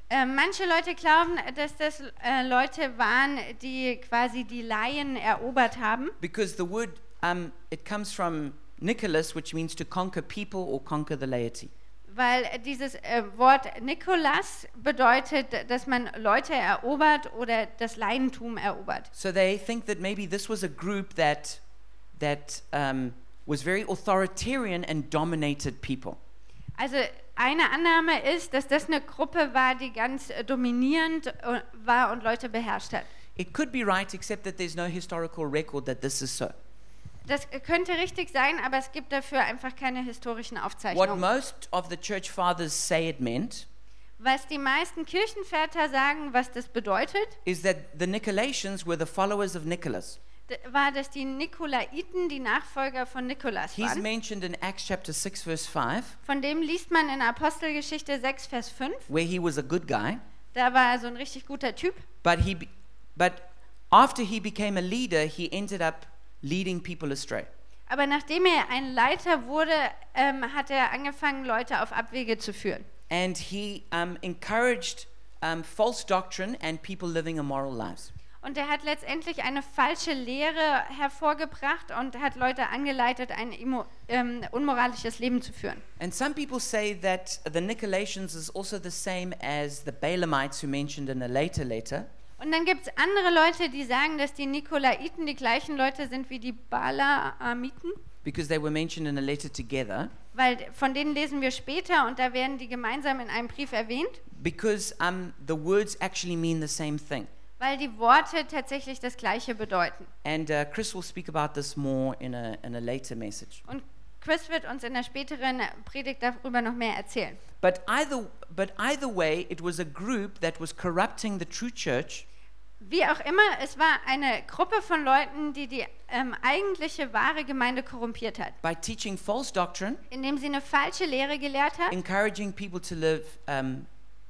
B: Ähm, manche Leute glauben, dass das äh, Leute waren, die quasi die Laien erobert haben,
A: because the word um, it comes from Nicholas, which means to conquer people or conquer the laity.
B: weil dieses äh, Wort Nikolas bedeutet, dass man Leute erobert oder das Laientum erobert.
A: So they think that maybe this was a group that that um, was very authoritarian and dominated people.
B: Also eine Annahme ist, dass das eine Gruppe war, die ganz äh, dominierend äh, war und Leute beherrscht hat.
A: It could be right, except that there's no historical record that this is so.
B: Das äh, könnte richtig sein, aber es gibt dafür einfach keine historischen
A: What
B: Aufzeichnungen.
A: most of the church fathers say it meant
B: Was die meisten Kirchenväter sagen, was das bedeutet,
A: is that the Nicolaitans were the followers of Nicholas.
B: d- war, dass die Nikolaiten die Nachfolger von Nikolas
A: He's
B: waren.
A: mentioned in Acts chapter 6, verse 5,
B: Von dem liest man in Apostelgeschichte 6, Vers 5.
A: where he was a good guy.
B: Da war er so ein richtig guter Typ.
A: But he, be- but after he became a leader, he ended up leading people astray.
B: Aber nachdem er ein Leiter wurde, ähm, hat er angefangen, Leute auf Abwege zu führen.
A: And he um, encouraged um, false doctrine and people living immoral lives.
B: Und er hat letztendlich eine falsche Lehre hervorgebracht und hat Leute angeleitet, ein immo- ähm, unmoralisches Leben zu führen.
A: And some people say that the Nicolaitans is also the same as the Balaamites, who mentioned in a later letter.
B: Und dann gibt es andere Leute, die sagen, dass die Nikolaiten die gleichen Leute sind wie die Balaamiten.
A: Because they were mentioned in a letter together,
B: weil von denen lesen wir später und da werden die gemeinsam in einem Brief erwähnt,
A: because um, the words actually mean the same thing.
B: weil die Worte tatsächlich das Gleiche bedeuten.
A: And uh, Chris will speak about this more in a, in a later message.
B: Und Chris wird uns in der späteren Predigt darüber noch mehr erzählen.
A: But either, but either way, it was a group that was corrupting the true church
B: Wie auch immer, es war eine Gruppe von Leuten, die die ähm, eigentliche wahre Gemeinde korrumpiert hat,
A: by teaching false doctrine,
B: indem sie eine falsche Lehre gelehrt hat
A: encouraging people to live um,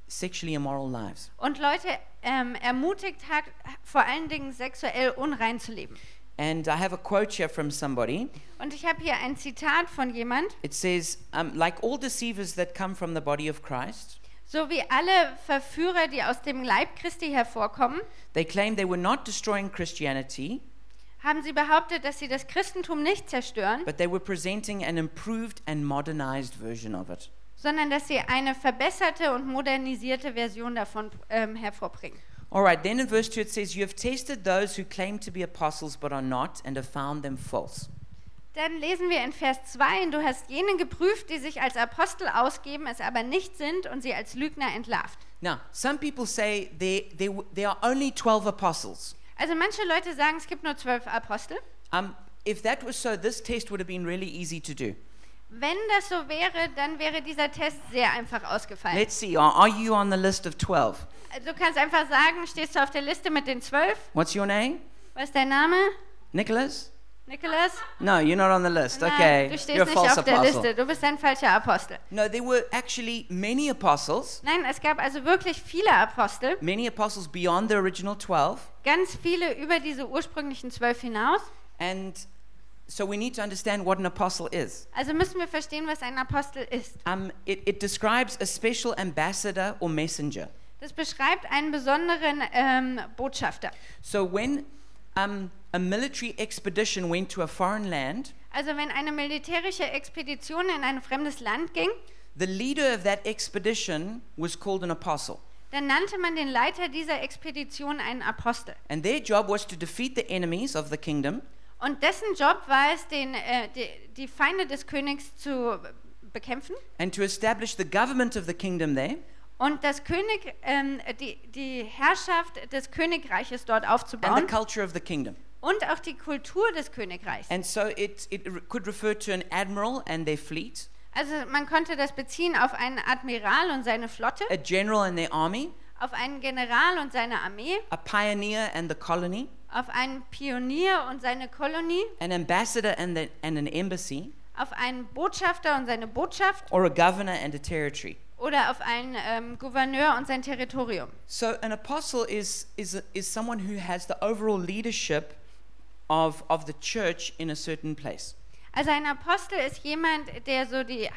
A: sexually immoral lives.
B: und Leute ähm, ermutigt hat, vor allen Dingen sexuell unrein zu leben.
A: And I have a quote here from somebody.
B: Und ich habe hier ein Zitat von jemand,
A: It says, um, like all deceivers that come from the body of Christ,
B: so wie alle Verführer, die aus dem Leib Christi hervorkommen,
A: they claim they were not destroying Christianity,
B: haben sie behauptet, dass sie das Christentum nicht zerstören,
A: but they were presenting an improved and modernized version of it.
B: sondern dass sie eine verbesserte und modernisierte Version davon ähm, hervorbringen.
A: All right, then in verse 2 it says, You have tested those who claim to be apostles but are not, and have found them false.
B: Dann lesen wir in Vers 2, und du hast jene geprüft, die sich als Apostel ausgeben, es aber nicht sind und sie als Lügner entlarvt.
A: Now, some people say there, there, w- there are only 12 apostles.
B: Also manche Leute sagen, es gibt nur zwölf Apostel.
A: Um, if that was so, this test would have been really easy to do.
B: Wenn das so wäre, dann wäre dieser Test sehr einfach ausgefallen.
A: Let's see, are, are you on the list of 12?
B: Du kannst einfach sagen, stehst du auf der Liste mit den zwölf?
A: What's your name?
B: Was ist dein Name?
A: Nicholas?
B: Nicholas?
A: No, you're not on the list.
B: Nein,
A: okay.
B: du
A: You're a
B: stehst nicht
A: false
B: auf der
A: apostle.
B: Liste, du bist ein falscher Apostel.
A: No, there were actually many apostles,
B: Nein, es gab also wirklich viele Apostel,
A: many apostles beyond the original 12.
B: ganz viele über diese ursprünglichen zwölf hinaus.
A: And so we need to understand what an apostle is.
B: Also müssen wir verstehen, was ein Apostel ist.
A: Um, it, it describes a special ambassador or messenger.
B: Das beschreibt einen besonderen ähm, Botschafter.
A: So when um, a military expedition went to a foreign land,
B: Also wenn eine militärische Expedition in ein fremdes Land ging,
A: the leader of that expedition was called an apostle.
B: dann nannte man den Leiter dieser Expedition einen Apostel.
A: And their job was to defeat the enemies of the kingdom
B: Und dessen Job war es, den, äh, die, die Feinde des Königs zu bekämpfen
A: and to establish the government of the kingdom there
B: und das König, ähm, die, die Herrschaft des Königreiches dort
A: and the
B: aufzubauen
A: culture of the kingdom.
B: und auch die Kultur des Königreichs.
A: And so it, it re- could refer to an admiral and their fleet,
B: Also man konnte das beziehen auf einen Admiral und seine Flotte,
A: a general and their army,
B: auf einen General und seine Armee,
A: a pioneer and the colony,
B: auf einen Pionier und seine Kolonie,
A: an ambassador and, the, and an embassy,
B: auf einen Botschafter und seine Botschaft
A: or a governor and a territory.
B: oder auf einen ähm, Gouverneur und sein Territorium.
A: So an apostle is, is, is someone who has the overall leadership of, of the church in a certain place.
B: Also ein Apostel ist jemand, der so die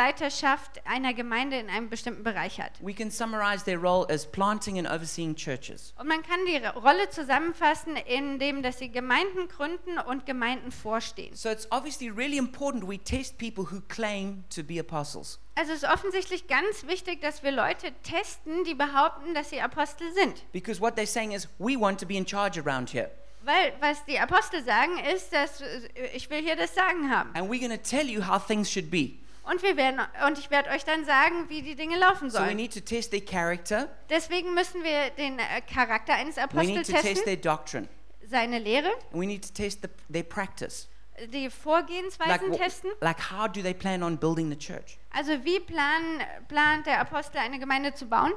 B: Hauptleiterschaft einer Gemeinde in einem bestimmten Bereich hat.
A: We can summarize their role as planting and overseeing churches.
B: Und man kann die Ro- Rolle zusammenfassen, indem dass sie Gemeinden gründen und Gemeinden vorstehen.
A: So it's obviously really important we test people who claim to be apostles.
B: Also es ist offensichtlich ganz wichtig, dass wir Leute testen, die behaupten, dass sie Apostel sind.
A: Because what they're saying is, we want to be in charge around here.
B: Weil was die Apostel sagen ist, dass äh, ich will hier das Sagen haben.
A: And we're going to tell you how things should be.
B: Und, wir werden, und ich werde euch dann sagen, wie die Dinge laufen
A: So we
B: sollen.
A: need to test their character.
B: Deswegen müssen wir den äh, Charakter eines
A: We
B: Apostel
A: need to test
B: testen,
A: their doctrine.
B: seine Lehre,
A: And we need to test the, their practice.
B: die Vorgehensweisen
A: wha-
B: testen.
A: like, how do they plan on building the church?
B: Also wie planen, plant der Apostel eine Gemeinde zu bauen?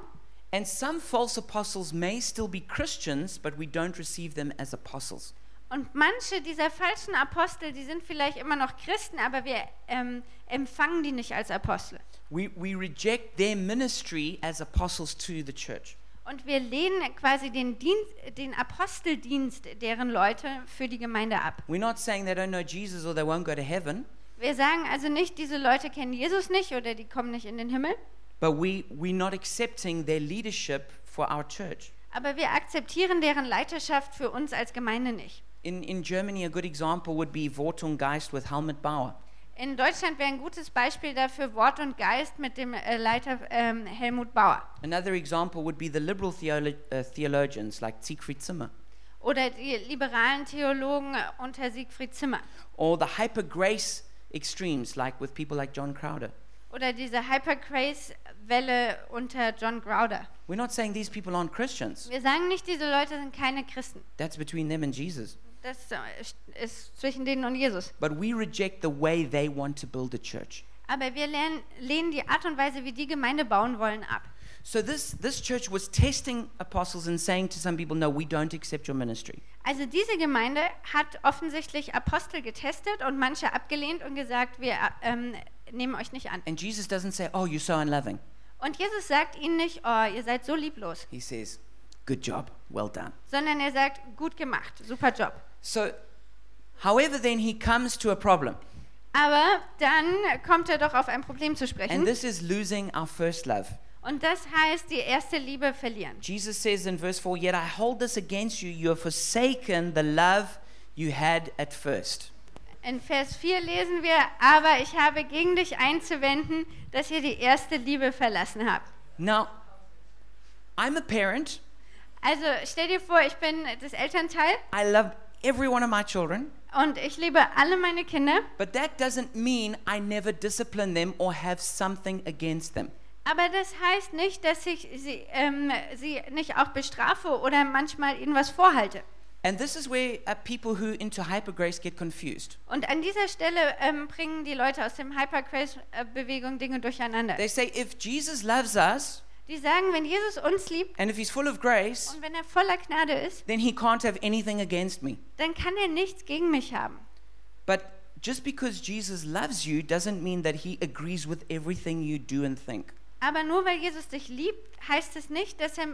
A: And some false apostles may still be Christians, but we don't receive them as apostles.
B: Und manche dieser falschen Apostel, die sind vielleicht immer noch Christen, aber wir ähm, empfangen die nicht als Apostel.
A: We, we reject their ministry as apostles to the church.
B: Und wir lehnen quasi den, Dienst, den Aposteldienst deren Leute für die Gemeinde ab.
A: We're not saying they don't know Jesus or they won't go to heaven,
B: Wir sagen also nicht, diese Leute kennen Jesus nicht oder die kommen nicht in den Himmel,
A: but we, we're not accepting their leadership for our church.
B: aber wir akzeptieren deren Leiterschaft für uns als Gemeinde nicht.
A: In, in Germany, a good example would be Vortung Geist with Helmut Bauer.
B: In Deutschland wäre ein gutes Beispiel dafür Wort und Geist mit dem äh, Leiter ähm, Helmut Bauer
A: Another example would be the liberal theolo- uh, theologians like Siegfried Zimmer,
B: oder die liberalen Theologen äh, unter Siegfried Zimmer.
A: or the hyper grace extremes like with people like John Crowder.
B: Oder diese Hypergrace-Welle unter John Crowder.
A: We're not saying these people aren't Christians.
B: Wir sagen nicht, diese Leute sind keine Christen.
A: That's between them and Jesus.
B: Das äh, ist zwischen denen und Jesus.
A: But we reject the way they want to build a church.
B: Aber wir lehnen, lehnen die Art und Weise, wie die Gemeinde bauen wollen, ab.
A: So this, this church was testing apostles and saying to some people, no, we don't accept your ministry.
B: Also diese Gemeinde hat offensichtlich Apostel getestet und manche abgelehnt und gesagt, wir äh, ähm, nehmen euch nicht an.
A: And Jesus doesn't say, oh, you're so unloving.
B: Und Jesus sagt ihnen nicht, oh, ihr seid so lieblos,
A: He says, good job, well done.
B: sondern er sagt, gut gemacht, super Job.
A: So, however, then he comes to a problem,
B: Aber dann kommt er doch auf ein Problem zu sprechen.
A: and this is losing our first love.
B: Und das heißt, die erste Liebe verlieren.
A: Jesus says in verse 4, Yet I hold this against you, you have forsaken the love you had at first.
B: In Vers 4 lesen wir, aber ich habe gegen dich einzuwenden, dass ihr die erste Liebe verlassen habt.
A: Now, I'm a parent,
B: Also stell dir vor, ich bin das Elternteil
A: I love every one of my children,
B: und ich liebe alle meine Kinder,
A: but that doesn't mean I never discipline them or have something against them.
B: aber das heißt nicht, dass ich sie, ähm, sie nicht auch bestrafe oder manchmal ihnen was vorhalte.
A: And this is where uh, people who into hyper grace get confused.
B: Und an dieser Stelle ähm, bringen die Leute aus dem Hypergrace-Bewegung Dinge durcheinander.
A: They say, if Jesus loves us
B: Die sagen, wenn Jesus uns liebt
A: and if he's full of grace,
B: und wenn er voller Gnade ist,
A: then he can't have anything against me.
B: dann kann er nichts gegen mich haben.
A: But just because Jesus loves you doesn't mean that he agrees with everything you do and think.
B: Aber nur weil Jesus dich liebt, heißt es nicht, dass er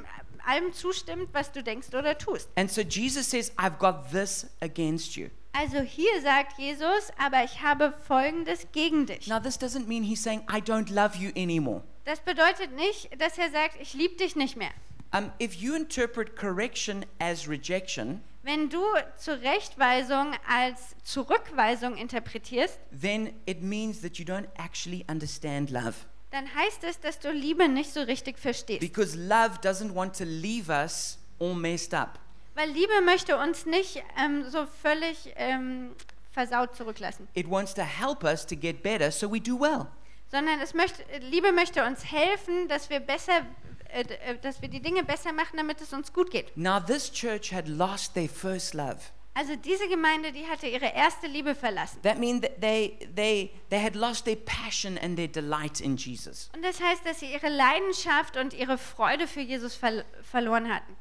B: allem zustimmt, was du denkst oder tust.
A: And so Jesus says, I've got this against you.
B: Also hier sagt Jesus, aber ich habe Folgendes gegen dich.
A: Now, this doesn't mean he's saying, I don't love you anymore.
B: Das bedeutet nicht, dass er sagt, ich liebe dich nicht mehr.
A: Um, if you interpret correction as rejection,
B: Wenn du Zurechtweisung als Zurückweisung interpretierst,
A: then it means that you don't actually understand love.
B: dann heißt es, dass du Liebe nicht so richtig verstehst.
A: Because love doesn't want to leave us all messed up.
B: Weil Liebe möchte uns nicht ähm, so völlig ähm, versaut zurücklassen,
A: It wants to help us to get better so we do well.
B: sondern es möchte, Liebe möchte uns helfen, dass wir besser, äh, d- äh, dass wir die Dinge besser machen, damit es uns gut geht.
A: Now, this church had lost their first love.
B: Also diese Gemeinde, die hatte ihre erste Liebe verlassen.
A: That means that they, they, they had lost their passion and their delight in Jesus.
B: Und das heißt, dass sie ihre Leidenschaft und ihre Freude für Jesus verl verloren hatten.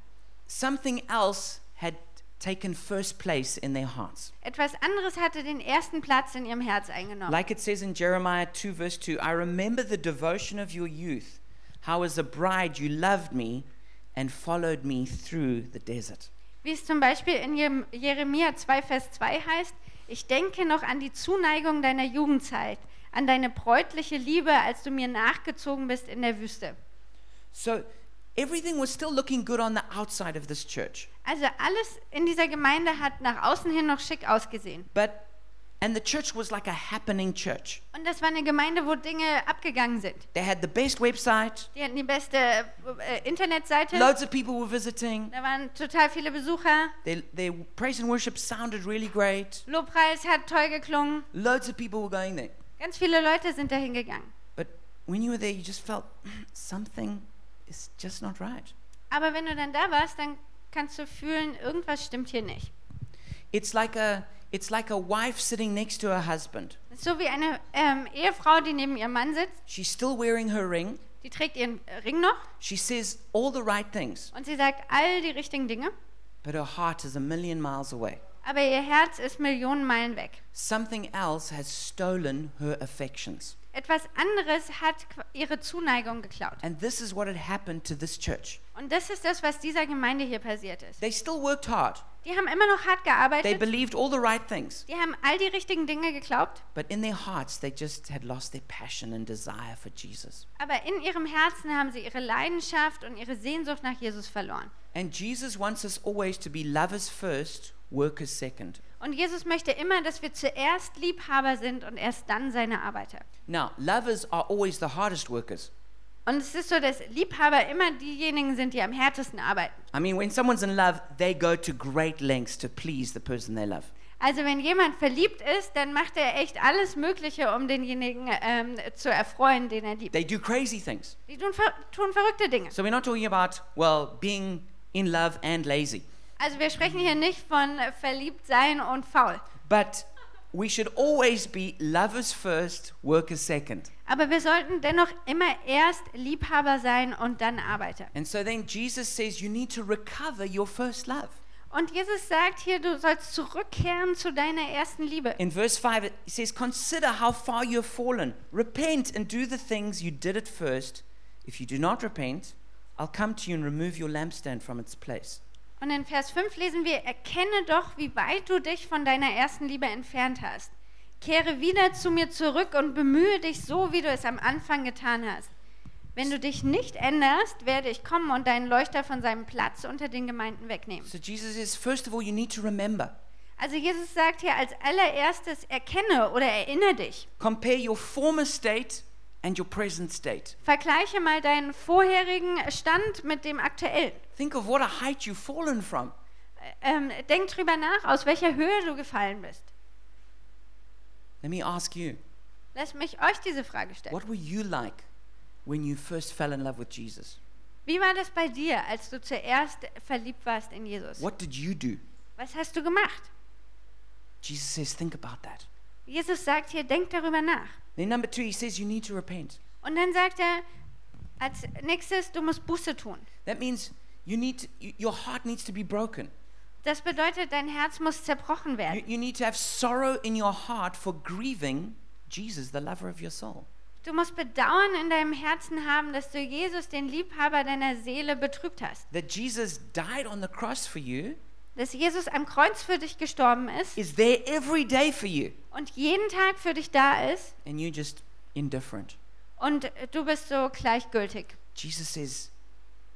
A: Something else had taken first place in their hearts.
B: Etwas anderes hatte den ersten Platz in ihrem Herz eingenommen.
A: Like it says in Jeremiah 2, verse 2, I remember the devotion of your youth, how as a bride you loved me and followed me through the desert.
B: Wie es zum Beispiel in Jem- Jeremia 2, Vers 2 heißt, ich denke noch an die Zuneigung deiner Jugendzeit, an deine bräutliche Liebe, als du mir nachgezogen bist in der Wüste.
A: So everything was still looking good on the outside of this church.
B: Also alles in dieser Gemeinde hat nach außen hin noch schick ausgesehen.
A: But, and the church was like a happening church.
B: Und das war eine Gemeinde, wo Dinge abgegangen sind.
A: They had the best website,
B: Die hatten die beste äh, äh, Internetseite,
A: loads of people were visiting,
B: da waren total viele Besucher,
A: their, their praise and worship sounded really great,
B: Lobpreis hat toll geklungen,
A: loads of people were going there.
B: ganz viele Leute sind dahin gegangen.
A: But when you were there, you just felt "Hmm, something is just not right.
B: Aber wenn du dann da warst, dann kannst du fühlen, irgendwas stimmt hier nicht.
A: It's like a it's like a wife sitting next to her husband.
B: So wie eine ähm, Ehefrau, die neben ihrem Mann sitzt,
A: She's still wearing her ring.
B: die trägt ihren Ring noch
A: She says all the right things,
B: und sie sagt all die richtigen Dinge,
A: but her heart is a million miles away.
B: aber ihr Herz ist Millionen Meilen weg.
A: Something else has stolen her affections.
B: Etwas anderes hat qu- ihre Zuneigung geklaut.
A: And this is what had happened to this church.
B: Und das ist das, was dieser Gemeinde hier passiert ist.
A: They still worked hard.
B: Die haben immer noch hart
A: They
B: gearbeitet,
A: believed all the right things,
B: die haben all die richtigen Dinge geglaubt,
A: but in their hearts they just had lost their passion and desire for Jesus.
B: aber in ihrem Herzen haben sie ihre Leidenschaft und ihre Sehnsucht nach Jesus verloren.
A: And Jesus wants us always to be lovers first, workers second.
B: Und Jesus möchte immer, dass wir zuerst Liebhaber sind und erst dann seine Arbeiter.
A: Now, lovers are always the hardest workers.
B: Und es ist so, dass Liebhaber immer diejenigen sind, die am härtesten arbeiten.
A: I mean, when someone's in love, they go to great lengths to please the person they love.
B: Also wenn jemand verliebt ist, dann macht er echt alles Mögliche, um denjenigen ähm, zu erfreuen, den er liebt.
A: They do crazy things.
B: Die tun, ver tun verrückte Dinge.
A: So we're not talking about, well, being in love and lazy.
B: Also wir sprechen hier nicht von äh, verliebt sein und faul.
A: But we should always be lovers first, workers second.
B: Aber wir sollten dennoch immer erst Liebhaber sein und dann Arbeiter.
A: And so then Jesus says you need to recover your first love.
B: Und Jesus sagt hier, du sollst zurückkehren zu deiner ersten Liebe.
A: In verse 5, it says, Consider how far you have fallen. Repent and do the things you did at first. If you do not repent, I'll come to you and remove your lampstand from its place.
B: Und in Vers 5 lesen wir, erkenne doch, wie weit du dich von deiner ersten Liebe entfernt hast. Kehre wieder zu mir zurück und bemühe dich so, wie du es am Anfang getan hast. Wenn du dich nicht änderst, werde ich kommen und deinen Leuchter von seinem Platz unter den Gemeinden wegnehmen.
A: So Jesus says, first of all, you need to remember.
B: Also Jesus sagt hier als allererstes, erkenne oder erinnere dich.
A: Compare your former state and your present state.
B: Vergleiche mal deinen vorherigen Stand mit dem aktuellen.
A: Think of what a height you've fallen from.
B: Ähm, denk drüber nach, aus welcher Höhe du gefallen bist.
A: Let me ask you,
B: Lass mich euch diese Frage stellen.
A: what were you like when you first fell in love with Jesus?
B: Wie war das bei dir, als du zuerst verliebt warst in Jesus?
A: What did you do?
B: Was hast du gemacht?
A: Jesus says, think about that.
B: Jesus sagt hier, denk darüber nach.
A: Then, number two, he says, you need to repent.
B: Und dann sagt er als nächstes, du musst Buße tun.
A: That means you need to, y- your heart needs to be broken.
B: Das bedeutet, dein Herz muss zerbrochen
A: You,
B: werden.
A: you need to have sorrow in your heart for grieving Jesus, the lover of your soul.
B: Du musst Bedauern in deinem Herzen haben, dass du Jesus, den Liebhaber deiner Seele, betrübt hast.
A: That Jesus died on the cross for you,
B: Dass Jesus am Kreuz für dich gestorben ist
A: is there every day for you,
B: und jeden Tag für dich da ist
A: and you're just indifferent.
B: und du bist so gleichgültig.
A: Jesus says,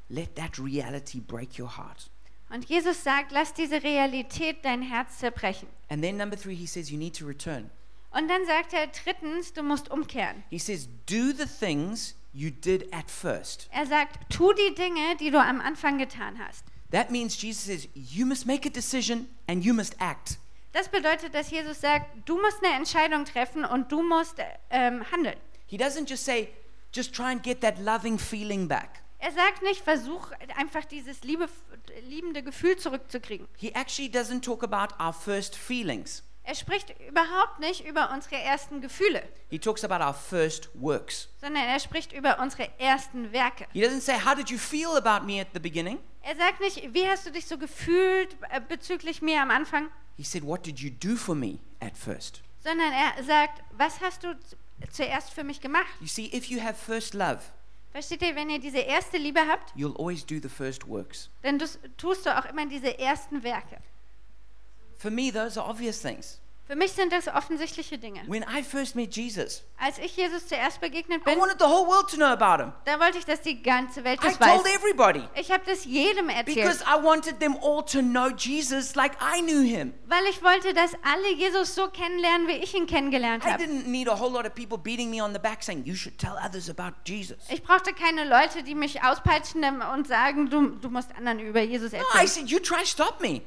A: let that reality break your heart.
B: Und Jesus sagt, lass diese Realität dein Herz zerbrechen.
A: And then, number three, he says, you need to return.
B: Und dann sagt er drittens, du musst umkehren.
A: He says, do the things you did at first.
B: Er sagt, tu die Dinge, die du am Anfang getan hast.
A: That means Jesus says, You must make a decision and you must act.
B: Das bedeutet, dass Jesus sagt, du musst eine Entscheidung treffen und du musst äh, ähm, handeln.
A: He doesn't just say, Just try and get that loving feeling back.
B: Er sagt nicht, versuch einfach dieses liebe, liebende Gefühl zurückzukriegen.
A: He actually doesn't talk about our first feelings,
B: Er spricht überhaupt nicht über unsere ersten Gefühle,
A: he talks about our first works.
B: sondern er spricht über unsere ersten Werke.
A: He doesn't say, How did you feel about me at the beginning?
B: Er sagt nicht, wie hast du dich so gefühlt äh, bezüglich mir am Anfang,
A: He said, What did you do for me at first?
B: sondern er sagt, was hast du zu- zuerst für mich gemacht?
A: You see, if you have first love,
B: Versteht ihr, wenn ihr diese erste Liebe habt,
A: you'll always do the first works.
B: dann dus- tust du auch immer diese ersten Werke.
A: For me, those are obvious things.
B: Für mich sind das offensichtliche Dinge.
A: When I first met Jesus,
B: Als ich Jesus zuerst begegnet
A: I
B: bin,
A: wanted the whole world to know about him.
B: da wollte ich, dass die ganze Welt
A: I
B: das
A: told
B: weiß.
A: everybody
B: Ich habe das jedem
A: because
B: erzählt,
A: I wanted them all to know Jesus like I knew him.
B: weil ich wollte, dass alle Jesus so kennenlernen, wie ich ihn kennengelernt
A: I
B: habe.
A: didn't need a whole lot of people beating me on the back saying, You should tell others about Jesus.
B: Ich brauchte keine Leute, die mich auspeitschen ähm, und sagen, du, du musst anderen über Jesus
A: No, I
B: erzählen.
A: said, You try stop me.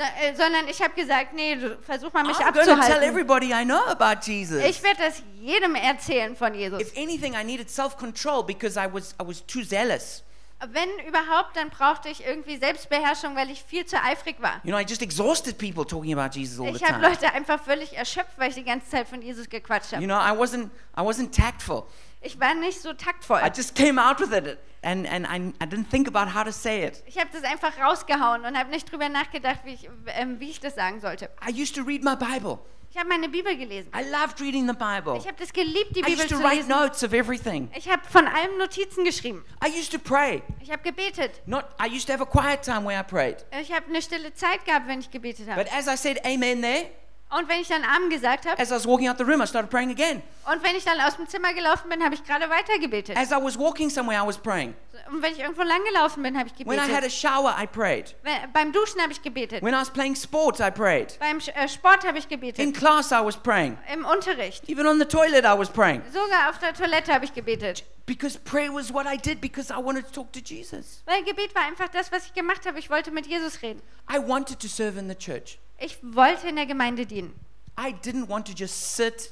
B: So, äh, sondern ich habe gesagt, nee, du, versuch mal mich
A: I'm going to tell
B: abzuhalten.
A: everybody I know about Jesus.
B: Ich werde das jedem erzählen von
A: If
B: Jesus.
A: anything, I needed self-control because I was I was too zealous.
B: Wenn überhaupt, dann brauchte ich irgendwie Selbstbeherrschung, weil ich viel zu eifrig war.
A: You know, I just exhausted people talking about Jesus all the
B: Ich habe
A: time.
B: Leute einfach völlig erschöpft, weil ich die ganze Zeit von Jesus gequatscht
A: You
B: habe.
A: know, I wasn't I wasn't tactful.
B: Ich war nicht so
A: I
B: taktvoll.
A: just came out with it, and and I, I didn't think about how to say it.
B: Ich habe das einfach rausgehauen und habe nicht drüber nachgedacht, wie ich, ähm, wie ich das sagen sollte.
A: I used to read my Bible.
B: Ich habe meine Bibel gelesen.
A: I loved reading the Bible.
B: Ich habe das geliebt, die
A: I
B: Bibel
A: used to
B: zu
A: write
B: lesen.
A: notes of everything.
B: Ich habe von allem Notizen geschrieben.
A: I used to pray.
B: Ich habe gebetet.
A: Not I used to have a quiet time where I prayed.
B: Ich habe eine stille Zeit gehabt, wenn ich gebetet habe.
A: But as I said amen there,
B: Und wenn ich dann Abend gesagt habe
A: as I was walking out the room, I started praying again.
B: und wenn ich dann aus dem Zimmer gelaufen bin, habe ich gerade weitergebetet.
A: As I was walking somewhere, I was praying.
B: Und wenn ich irgendwo lang gelaufen bin, habe ich
A: Also- When I had
B: gebetet.
A: a shower, I prayed.
B: Wenn, beim Duschen habe ich gebetet.
A: When I was playing sports, I prayed.
B: Beim Sch- äh, Sport habe ich
A: In
B: gebetet.
A: class, I was praying.
B: Im Unterricht.
A: Even on the toilet, I was praying.
B: Sogar auf der Toilette habe ich gebetet.
A: Because prayer was what I did because I wanted to talk to Jesus.
B: Weil Gebet war einfach das, was ich gemacht habe. Ich wollte mit Jesus reden.
A: I wanted to serve in the church.
B: Ich wollte in der Gemeinde dienen.
A: I didn't want to just sit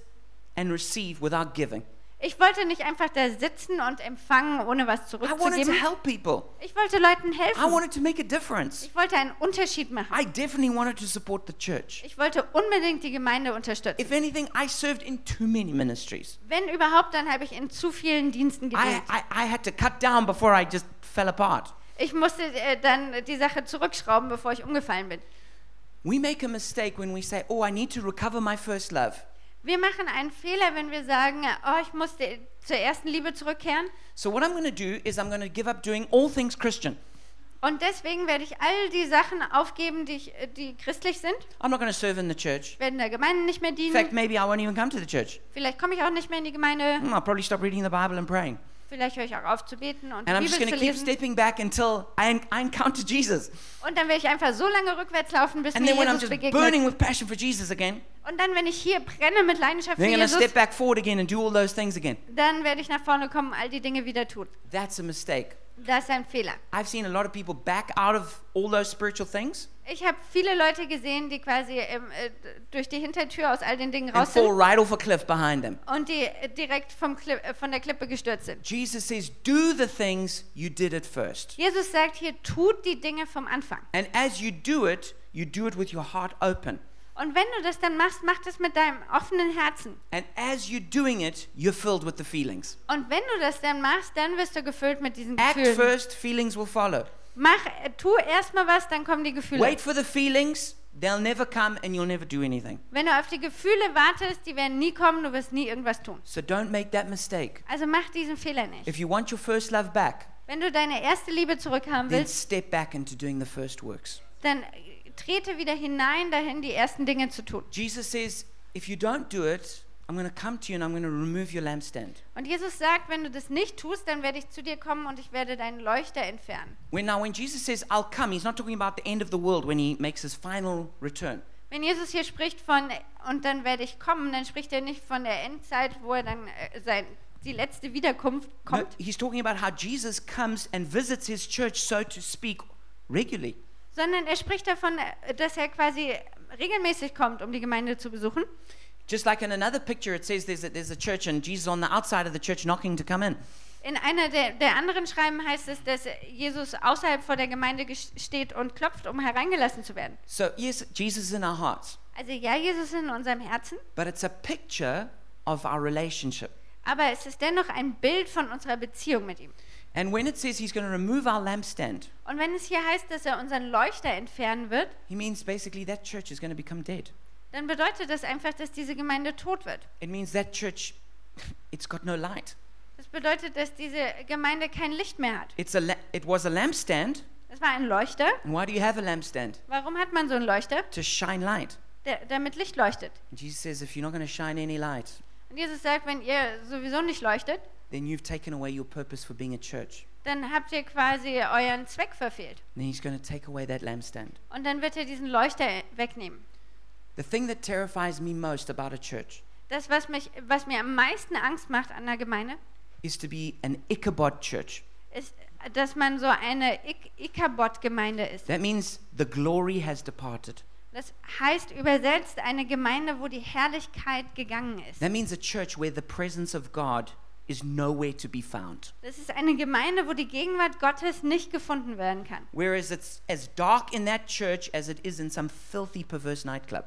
A: and receive without giving.
B: Ich wollte nicht einfach da sitzen und empfangen, ohne was
A: I wanted to
B: zurückzugeben.
A: help people.
B: Ich wollte Leuten
A: I
B: helfen.
A: wanted to make a difference.
B: Ich wollte einen Unterschied machen.
A: I definitely wanted to support the church.
B: Ich wollte unbedingt die Gemeinde unterstützen.
A: If anything, I served in too many ministries.
B: Wenn überhaupt, dann habe ich in zu vielen
A: I,
B: Diensten gedient.
A: I, I had to cut down before I just fell apart.
B: Ich musste äh, dann die Sache zurückschrauben, bevor ich umgefallen bin.
A: We make a mistake when we say, Oh, I need to recover my first love.
B: Wir machen einen Fehler, wenn wir sagen, oh, ich musste zur ersten Liebe zurückkehren.
A: So, what I'm going to do is I'm going to give up doing all things Christian.
B: Und deswegen werde ich all die Sachen aufgeben, die, ich, äh, die christlich sind.
A: I'm not going to serve in the church.
B: Ich werde in der Gemeinde nicht mehr
A: In fact,
B: dienen.
A: maybe I won't even come to the church.
B: Vielleicht komme ich auch nicht mehr in die Gemeinde.
A: Mm, I'll probably stop reading the Bible and praying.
B: Vielleicht höre ich auch auf zu beten und die
A: And I'm just
B: Bibel
A: going
B: zu
A: to keep
B: lesen.
A: stepping back until I, en- I encounter Jesus.
B: Und dann werde ich einfach so lange rückwärts laufen, bis
A: And
B: mir
A: then when I'm
B: Jesus
A: just
B: begegnet.
A: burning with passion for Jesus again,
B: Und dann, wenn ich hier brenne mit Leidenschaft für
A: then I'm going to
B: Jesus,
A: step back forward again and do all those things again.
B: dann werde ich nach vorne kommen, all die Dinge wieder tun.
A: That's a mistake.
B: Das ist ein Fehler.
A: I've seen a lot of people back out of all those spiritual things
B: Ich habe viele Leute gesehen, die quasi ähm, äh, durch die Hintertür aus all den Dingen
A: and
B: raus
A: fall
B: sind
A: right off a cliff behind them.
B: und die äh, direkt vom Kli äh, von der Klippe gestürzt sind.
A: Jesus says, Do the things you did at first.
B: Jesus sagt hier, tut die Dinge vom Anfang.
A: And as you do it, you do it with your heart open.
B: Und wenn du das dann machst, mach das mit deinem offenen Herzen.
A: And as you're doing it, you're filled with the feelings.
B: Und wenn du das dann machst, dann wirst du gefüllt mit diesen
A: Act
B: Gefühlen.
A: first, feelings will follow.
B: Mach, äh, tu erstmal was, dann kommen die Gefühle.
A: Wait for the feelings, they'll never come and you'll never do anything.
B: Wenn du auf die Gefühle wartest, die werden nie kommen, du wirst nie irgendwas tun.
A: So don't make that mistake.
B: Also mach diesen Fehler nicht.
A: If you want your first love back,
B: Wenn du deine erste Liebe zurückhaben
A: then
B: willst,
A: step back into doing the first works.
B: dann äh, trete wieder hinein, dahin die ersten Dinge zu tun.
A: Jesus says, If you don't do it, I'm going to come to you and I'm going to remove your lampstand.
B: Und Jesus sagt, wenn du das nicht tust, dann werde ich zu dir kommen und ich werde deinen Leuchter entfernen.
A: When, now, when Jesus says, I'll come, he's not talking about the end of the world when he makes his final return.
B: Wenn Jesus hier spricht von äh, und dann werde ich kommen, dann spricht er nicht von der Endzeit, wo er dann äh, sein, die letzte Wiederkunft
A: No,
B: kommt,
A: he's talking about how Jesus comes and visits his church, so to speak, regularly.
B: sondern er spricht davon, äh, dass er quasi regelmäßig kommt, um die Gemeinde zu besuchen.
A: Just like in another picture, it says there's a, there's a church and Jesus on the outside of the church knocking to come in.
B: In einer der, der anderen Schreiben heißt es, dass Jesus außerhalb vor der Gemeinde ges- steht und klopft, um hereingelassen zu werden.
A: So, yes, Jesus is in our hearts,
B: Also ja, Jesus ist in unserem Herzen,
A: but it's a picture of our relationship.
B: aber es ist dennoch ein Bild von unserer Beziehung mit ihm.
A: And when it says he's going to remove our lampstand,
B: Und wenn es hier heißt, dass er unseren Leuchter entfernen wird,
A: he means basically that church is going to become dead.
B: dann bedeutet das einfach, dass diese Gemeinde tot wird.
A: It means that church, it's got no light.
B: Das bedeutet, dass diese Gemeinde kein Licht mehr hat.
A: It's a la- it was a lampstand.
B: Das war ein Leuchter.
A: And why do you have a lampstand?
B: Warum hat man so einen Leuchter?
A: To shine light.
B: Der, damit Licht leuchtet.
A: And Jesus says, if you're not going to shine any light,
B: Und Jesus sagt, wenn ihr sowieso nicht leuchtet,
A: then you've taken away your purpose for being a church.
B: dann habt ihr quasi euren Zweck verfehlt.
A: And then he's going to take away that lampstand.
B: Und dann wird er diesen Leuchter wegnehmen.
A: The thing that terrifies me most about a church
B: Das, was, mich, was mir am meisten Angst macht an der Gemeinde,
A: is to be an Ichabod church.
B: ist, dass man so eine Ik Ikabod-Gemeinde ist.
A: That means the glory has departed.
B: Das heißt übersetzt eine Gemeinde, wo die Herrlichkeit gegangen ist.
A: That means a church where the presence of God is nowhere to be found.
B: Das ist eine Gemeinde, wo die Gegenwart Gottes nicht gefunden werden kann.
A: Whereas it's as dark in that church as it is in some filthy, perverse nightclub.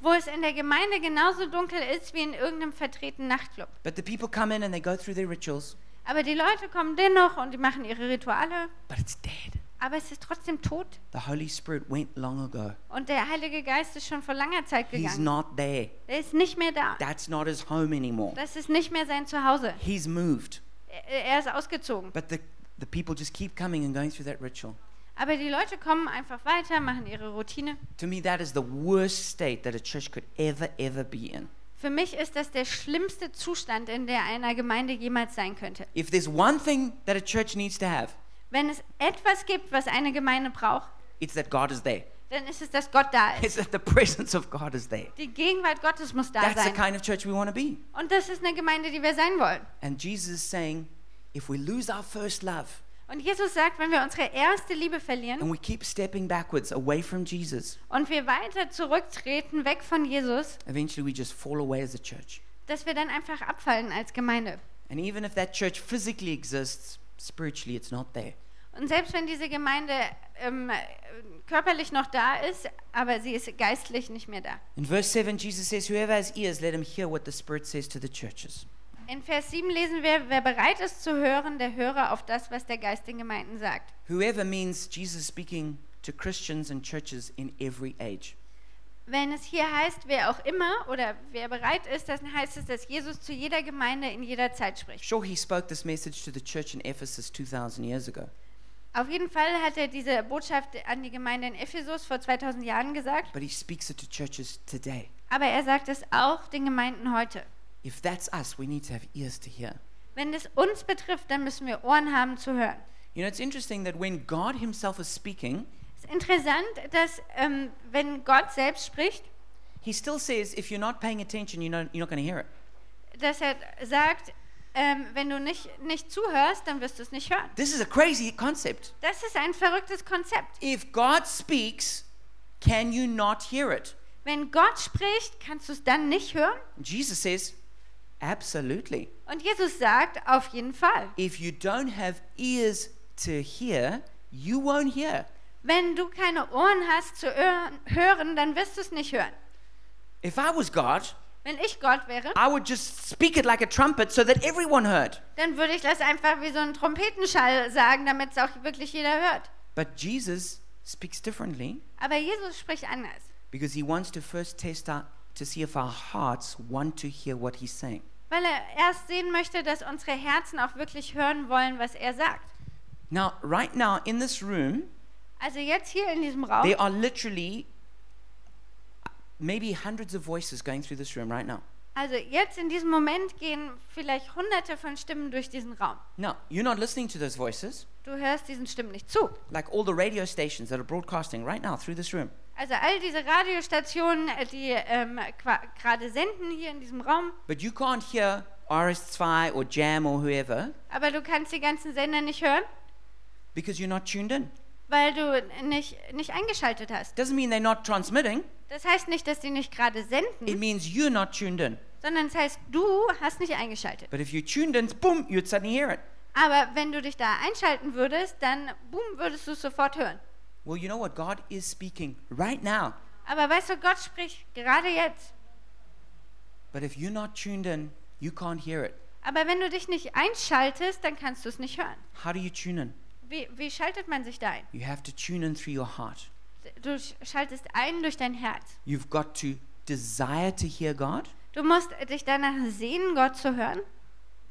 B: Wo es in der Gemeinde genauso dunkel ist wie in irgendeinem verdrehten Nachtclub.
A: But the people come in and they go through their rituals,
B: Aber die Leute kommen dennoch und die machen ihre Rituale.
A: but it's dead.
B: Aber es ist trotzdem tot.
A: The Holy Spirit went long ago.
B: Und der Heilige Geist ist schon vor langer Zeit
A: He's
B: gegangen.
A: not there.
B: Er ist nicht mehr da.
A: That's not his home anymore.
B: Das ist nicht mehr sein Zuhause.
A: He's moved.
B: Er- Er ist ausgezogen.
A: But the, the people just keep coming and going through that ritual.
B: Aber die Leute kommen einfach weiter, machen ihre Routine.
A: To me, that is the worst state that a church could ever, ever be in.
B: Für mich ist das der schlimmste Zustand, in der einer Gemeinde jemals sein könnte.
A: If there's one thing that a church needs to have,
B: Wenn es etwas gibt, was eine Gemeinde braucht,
A: it's that God is there.
B: dann ist es, dass Gott da ist.
A: It's that the [laughs] presence of God is there.
B: Die Gegenwart Gottes muss da
A: That's the
B: sein.
A: kind of church we want to be.
B: Und das ist eine Gemeinde, die wir sein wollen.
A: And Jesus is saying, if we lose our first love
B: Und Jesus sagt, wenn wir unsere erste Liebe verlieren
A: and we keep stepping backwards away from Jesus,
B: und wir weiter zurücktreten, weg von Jesus,
A: eventually we just fall away as a church.
B: dass wir dann einfach abfallen als Gemeinde.
A: And even if that church physically exists, spiritually it's not there.
B: Und selbst wenn diese Gemeinde ähm, äh, körperlich noch da ist, aber sie ist geistlich nicht mehr da.
A: In verse 7, Jesus says, Whoever has ears, let him hear what the Spirit says to the churches.
B: In Vers 7 lesen wir, wer bereit ist zu hören, der höre auf das, was der Geist den Gemeinden sagt.
A: Whoever means Jesus speaking to Christians and churches in every age.
B: Wenn es hier heißt, wer auch immer oder wer bereit ist, dann heißt es, dass Jesus zu jeder Gemeinde in jeder Zeit spricht.
A: Sure, he spoke this message to the church in Ephesus 2,000 years ago.
B: Auf jeden Fall hat er diese Botschaft an die Gemeinde in Ephesus vor 2000 Jahren gesagt,
A: But he speaks it to churches today.
B: aber er sagt es auch den Gemeinden heute.
A: If that's us, we need to have ears to hear.
B: Wenn es uns betrifft, dann müssen wir Ohren haben zu hören.
A: You know, it's interesting that when God himself is speaking,
B: Es ist interessant, dass ähm, wenn Gott selbst spricht,
A: he still says, if you're not paying attention, you're not, you're not going to hear it.
B: dass er sagt, ähm, wenn du nicht, nicht zuhörst, dann wirst du es nicht hören.
A: This is a crazy concept.
B: Das ist ein verrücktes Konzept.
A: If God speaks, can you not hear it?
B: Wenn Gott spricht, kannst du es dann nicht hören?
A: Jesus says, absolutely.
B: Und Jesus sagt, auf jeden Fall.
A: If you don't have ears to hear, you won't hear.
B: Wenn du keine Ohren hast zu öhr- hören, dann wirst du es nicht hören.
A: If I was God,
B: Wenn ich Gott wäre,
A: I would just speak it like a trumpet so that everyone heard.
B: dann würde ich das einfach wie so einen Trompetenschall sagen, damit es auch wirklich jeder hört.
A: But Jesus speaks differently
B: Aber Jesus spricht anders.
A: because he wants to first test our, to see if our hearts want to hear what he's saying.
B: Weil er erst sehen möchte, dass unsere Herzen auch wirklich hören wollen, was er sagt.
A: Now, right now in this room,
B: Also jetzt hier in diesem Raum,
A: there are literally maybe hundreds of voices going through this room right now.
B: also jetzt in diesem Moment gehen vielleicht hunderte von Stimmen durch diesen Raum.
A: Now, you're not listening to those voices,
B: Du hörst diesen Stimmen nicht zu.
A: like all the radio stations that are broadcasting right now through this room.
B: Also all diese Radiostationen, äh, die ähm, qua- gerade senden hier in diesem Raum,
A: But you can't hear RS2 or Jam or whoever
B: aber du kannst die ganzen Sender nicht hören,
A: because you're not tuned in.
B: weil du nicht, nicht eingeschaltet hast.
A: Doesn't mean they're not transmitting,
B: Das heißt nicht, dass die nicht gerade
A: it
B: senden,
A: means you're not tuned in.
B: sondern es heißt, du hast nicht eingeschaltet.
A: But if you tuned in, boom, you'd suddenly hear it.
B: Aber wenn du dich da einschalten würdest, dann boom, würdest du es sofort hören.
A: Well, you know what? God is speaking right now.
B: Aber weißt du, Gott spricht gerade jetzt.
A: But if you're not tuned in, you can't hear it.
B: Aber wenn du dich nicht einschaltest, dann kannst du es nicht hören.
A: How do you tune in?
B: Wie, wie schaltet man sich da ein?
A: You have to tune in through your heart.
B: Du sch- schaltest ein durch dein Herz.
A: You've got to desire to hear God,
B: Du musst dich danach sehnen, Gott zu hören.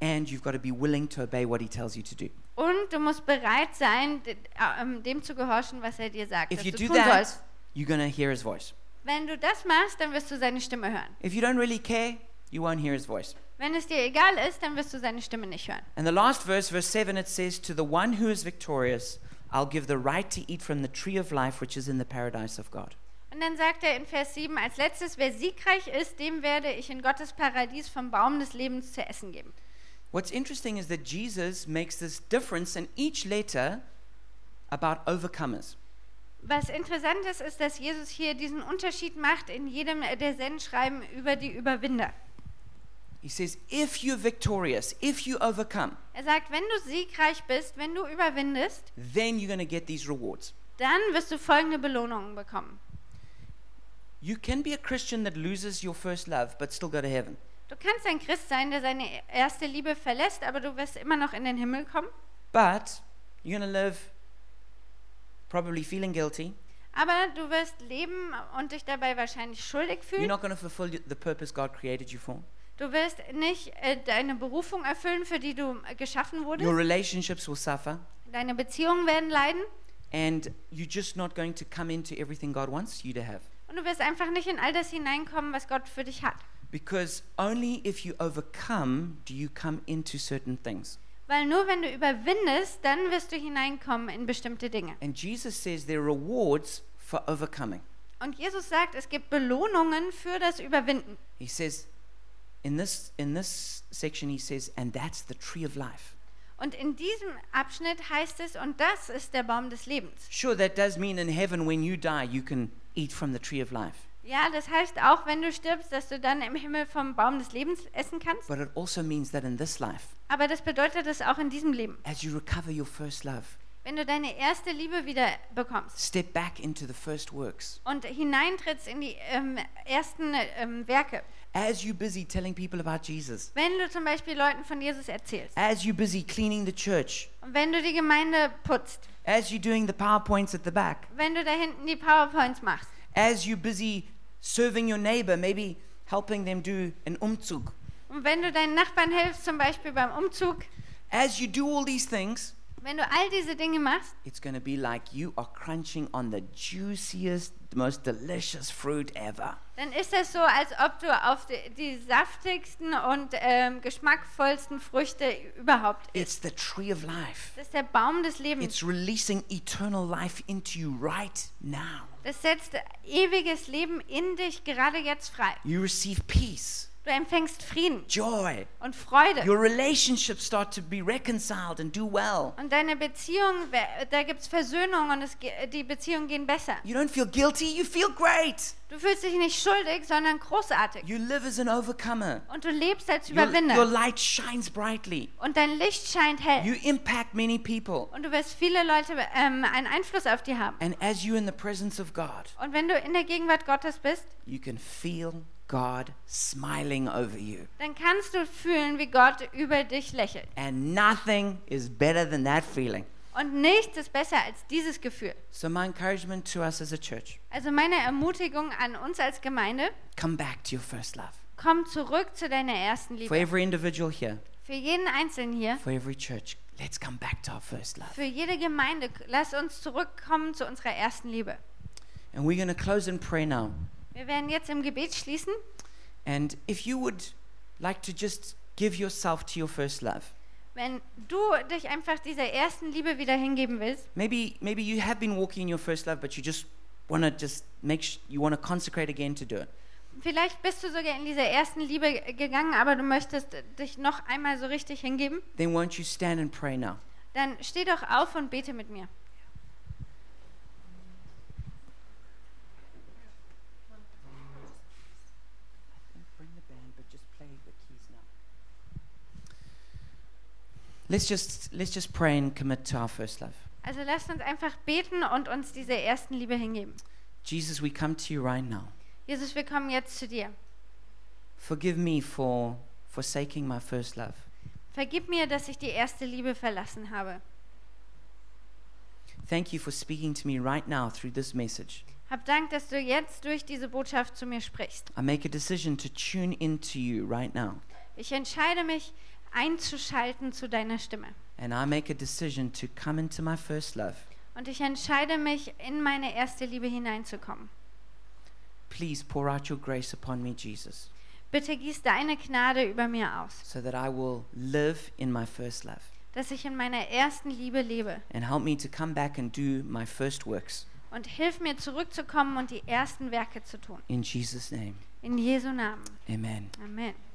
A: and you've got to be willing to obey what He tells you to do.
B: Und du musst bereit sein, d- äh, ähm, dem zu gehorchen, was er dir sagt,
A: If
B: was
A: you
B: du
A: do
B: tun
A: that,
B: sollst.
A: you're going to hear His voice.
B: Wenn du das machst, dann wirst du seine Stimme hören.
A: If you don't really care, you won't hear His voice.
B: Wenn es dir egal ist, dann wirst du seine Stimme nicht hören.
A: And the last verse, verse 7, it says, To the one who is victorious, I'll give the right to eat from the tree of life which is in the paradise of God.
B: Und dann sagt er in Vers 7 als letztes, wer siegreich ist, dem werde ich in Gottes Paradies vom Baum des Lebens zu essen geben.
A: What's interesting is that Jesus makes this difference in each letter about overcomers.
B: Was interessant ist, ist, dass Jesus hier diesen Unterschied macht in jedem der Sendschreiben über die Überwinder.
A: He says, If you're victorious, if you overcome,
B: Er sagt, wenn du siegreich bist, wenn du überwindest,
A: then you're going to get these rewards.
B: dann wirst du folgende Belohnungen bekommen.
A: You can be a Christian that loses your first love but still go to heaven.
B: Du kannst ein Christ sein, der seine erste Liebe verlässt, aber du wirst immer noch in den Himmel kommen.
A: But you're going to live probably feeling guilty.
B: Aber du wirst leben und dich dabei wahrscheinlich schuldig
A: You're
B: fühlen.
A: not going to fulfill the purpose God created you for.
B: Du wirst nicht äh, deine Berufung erfüllen, für die du äh, geschaffen
A: Your
B: wurdest.
A: relationships will suffer.
B: Deine Beziehungen werden leiden.
A: And you're just not going to come into everything God wants you to have.
B: Und du wirst einfach nicht in all das hineinkommen, was Gott für dich hat.
A: Because only if you overcome do you come into certain things.
B: Weil nur wenn du überwindest, dann wirst du hineinkommen in bestimmte Dinge.
A: And Jesus says there are rewards for overcoming.
B: Und Jesus sagt, es gibt Belohnungen für das Überwinden.
A: He says, in this, in this section, he says, and that's the tree of life.
B: Und in diesem Abschnitt heißt es, und das ist der Baum des Lebens.
A: Sure, that does mean in heaven when you die, you can eat from the tree of life.
B: Ja, das heißt auch, wenn du stirbst, dass du dann im Himmel vom Baum des Lebens essen kannst.
A: But it also means that in this life,
B: Aber das bedeutet es auch in diesem Leben.
A: as you recover your first love,
B: Wenn du deine erste Liebe wieder bekommst
A: step back into the first works.
B: und hineintrittst in die ähm, ersten ähm, Werke,
A: As you're busy telling people about Jesus,
B: wenn du zum Beispiel Leuten von Jesus erzählst
A: as you're busy cleaning the church,
B: und wenn du die Gemeinde putzt,
A: as you're doing the PowerPoints at the back,
B: wenn du da hinten die PowerPoints machst,
A: as you're busy serving your neighbor, maybe helping them do an umzug,
B: Und wenn du deinen Nachbarn hilfst, zum Beispiel beim Umzug,
A: as you do all these things,
B: wenn du all diese Dinge machst,
A: it's going to be like you are crunching on the juiciest, most delicious fruit ever.
B: dann ist das so, als ob du auf die, die saftigsten und ähm, geschmackvollsten Früchte überhaupt
A: It's
B: isst.
A: the tree of life.
B: Das ist der Baum des Lebens.
A: It's releasing eternal life into you right now.
B: Das setzt ewiges Leben in dich gerade jetzt frei.
A: You receive peace,
B: Du empfängst Frieden
A: joy.
B: und Freude.
A: Your relationships start to be reconciled and do well.
B: Und deine Beziehung, wer- da gibt es Versöhnung und es, ge- die Beziehungen gehen besser.
A: You don't feel guilty, you feel great.
B: Du fühlst dich nicht schuldig, sondern großartig.
A: You live as an overcomer.
B: Und du lebst als
A: Your, your
B: Überwinder.
A: light shines brightly.
B: Und dein Licht scheint hell.
A: You impact many people.
B: Und du wirst viele Leute ähm, einen Einfluss auf die haben.
A: And as you're in the presence of God,
B: Und wenn du in der Gegenwart Gottes bist,
A: you can feel God smiling over you.
B: dann kannst du fühlen, wie Gott über dich lächelt.
A: And nothing is better than that feeling.
B: Und nichts ist besser als dieses Gefühl.
A: So, my encouragement to us as a church
B: Also meine Ermutigung an uns als Gemeinde,
A: come back to your first love.
B: komm zurück zu deiner ersten
A: For
B: Liebe.
A: every individual here,
B: Für jeden Einzelnen hier,
A: for every church, let's come back to our first love.
B: für jede Gemeinde, lass uns zurückkommen zu unserer ersten Liebe.
A: And we're going to close in prayer now.
B: Wir werden jetzt im Gebet schließen.
A: And if you would like to just give yourself to your first love,
B: Wenn du dich einfach dieser ersten Liebe wieder hingeben willst,
A: maybe maybe you have been walking in your first love, but you just want to just make sh- you want to consecrate again to do it.
B: Vielleicht bist du sogar in dieser ersten Liebe gegangen, aber du möchtest dich noch einmal so richtig hingeben.
A: Then won't you stand and pray now?
B: Dann steh doch auf und bete mit mir.
A: Let's just let's just pray and commit to our first love.
B: Also lasst uns einfach beten und uns dieser ersten Liebe hingeben.
A: Jesus, we come to you right now.
B: Jesus, wir kommen jetzt zu dir.
A: Forgive me for forsaking my first love.
B: Vergib mir, dass ich die erste Liebe verlassen habe.
A: Thank you for speaking to me right now through this message.
B: Hab Dank, dass du jetzt durch diese Botschaft zu mir sprichst.
A: I make a decision to tune into you right now,
B: Ich entscheide mich, einzuschalten zu deiner Stimme.
A: and I make a decision to come into my first love.
B: Und ich entscheide mich, in meine erste Liebe hineinzukommen.
A: Please pour out your grace upon me, Jesus,
B: Bitte gieß deine Gnade über mir aus,
A: so that I will live in my first love.
B: dass ich in meiner ersten Liebe lebe.
A: And help me to come back and do my first works.
B: Und hilf mir, zurückzukommen und die ersten Werke zu tun.
A: In Jesus' name,
B: In Jesu Namen.
A: amen.
B: Amen.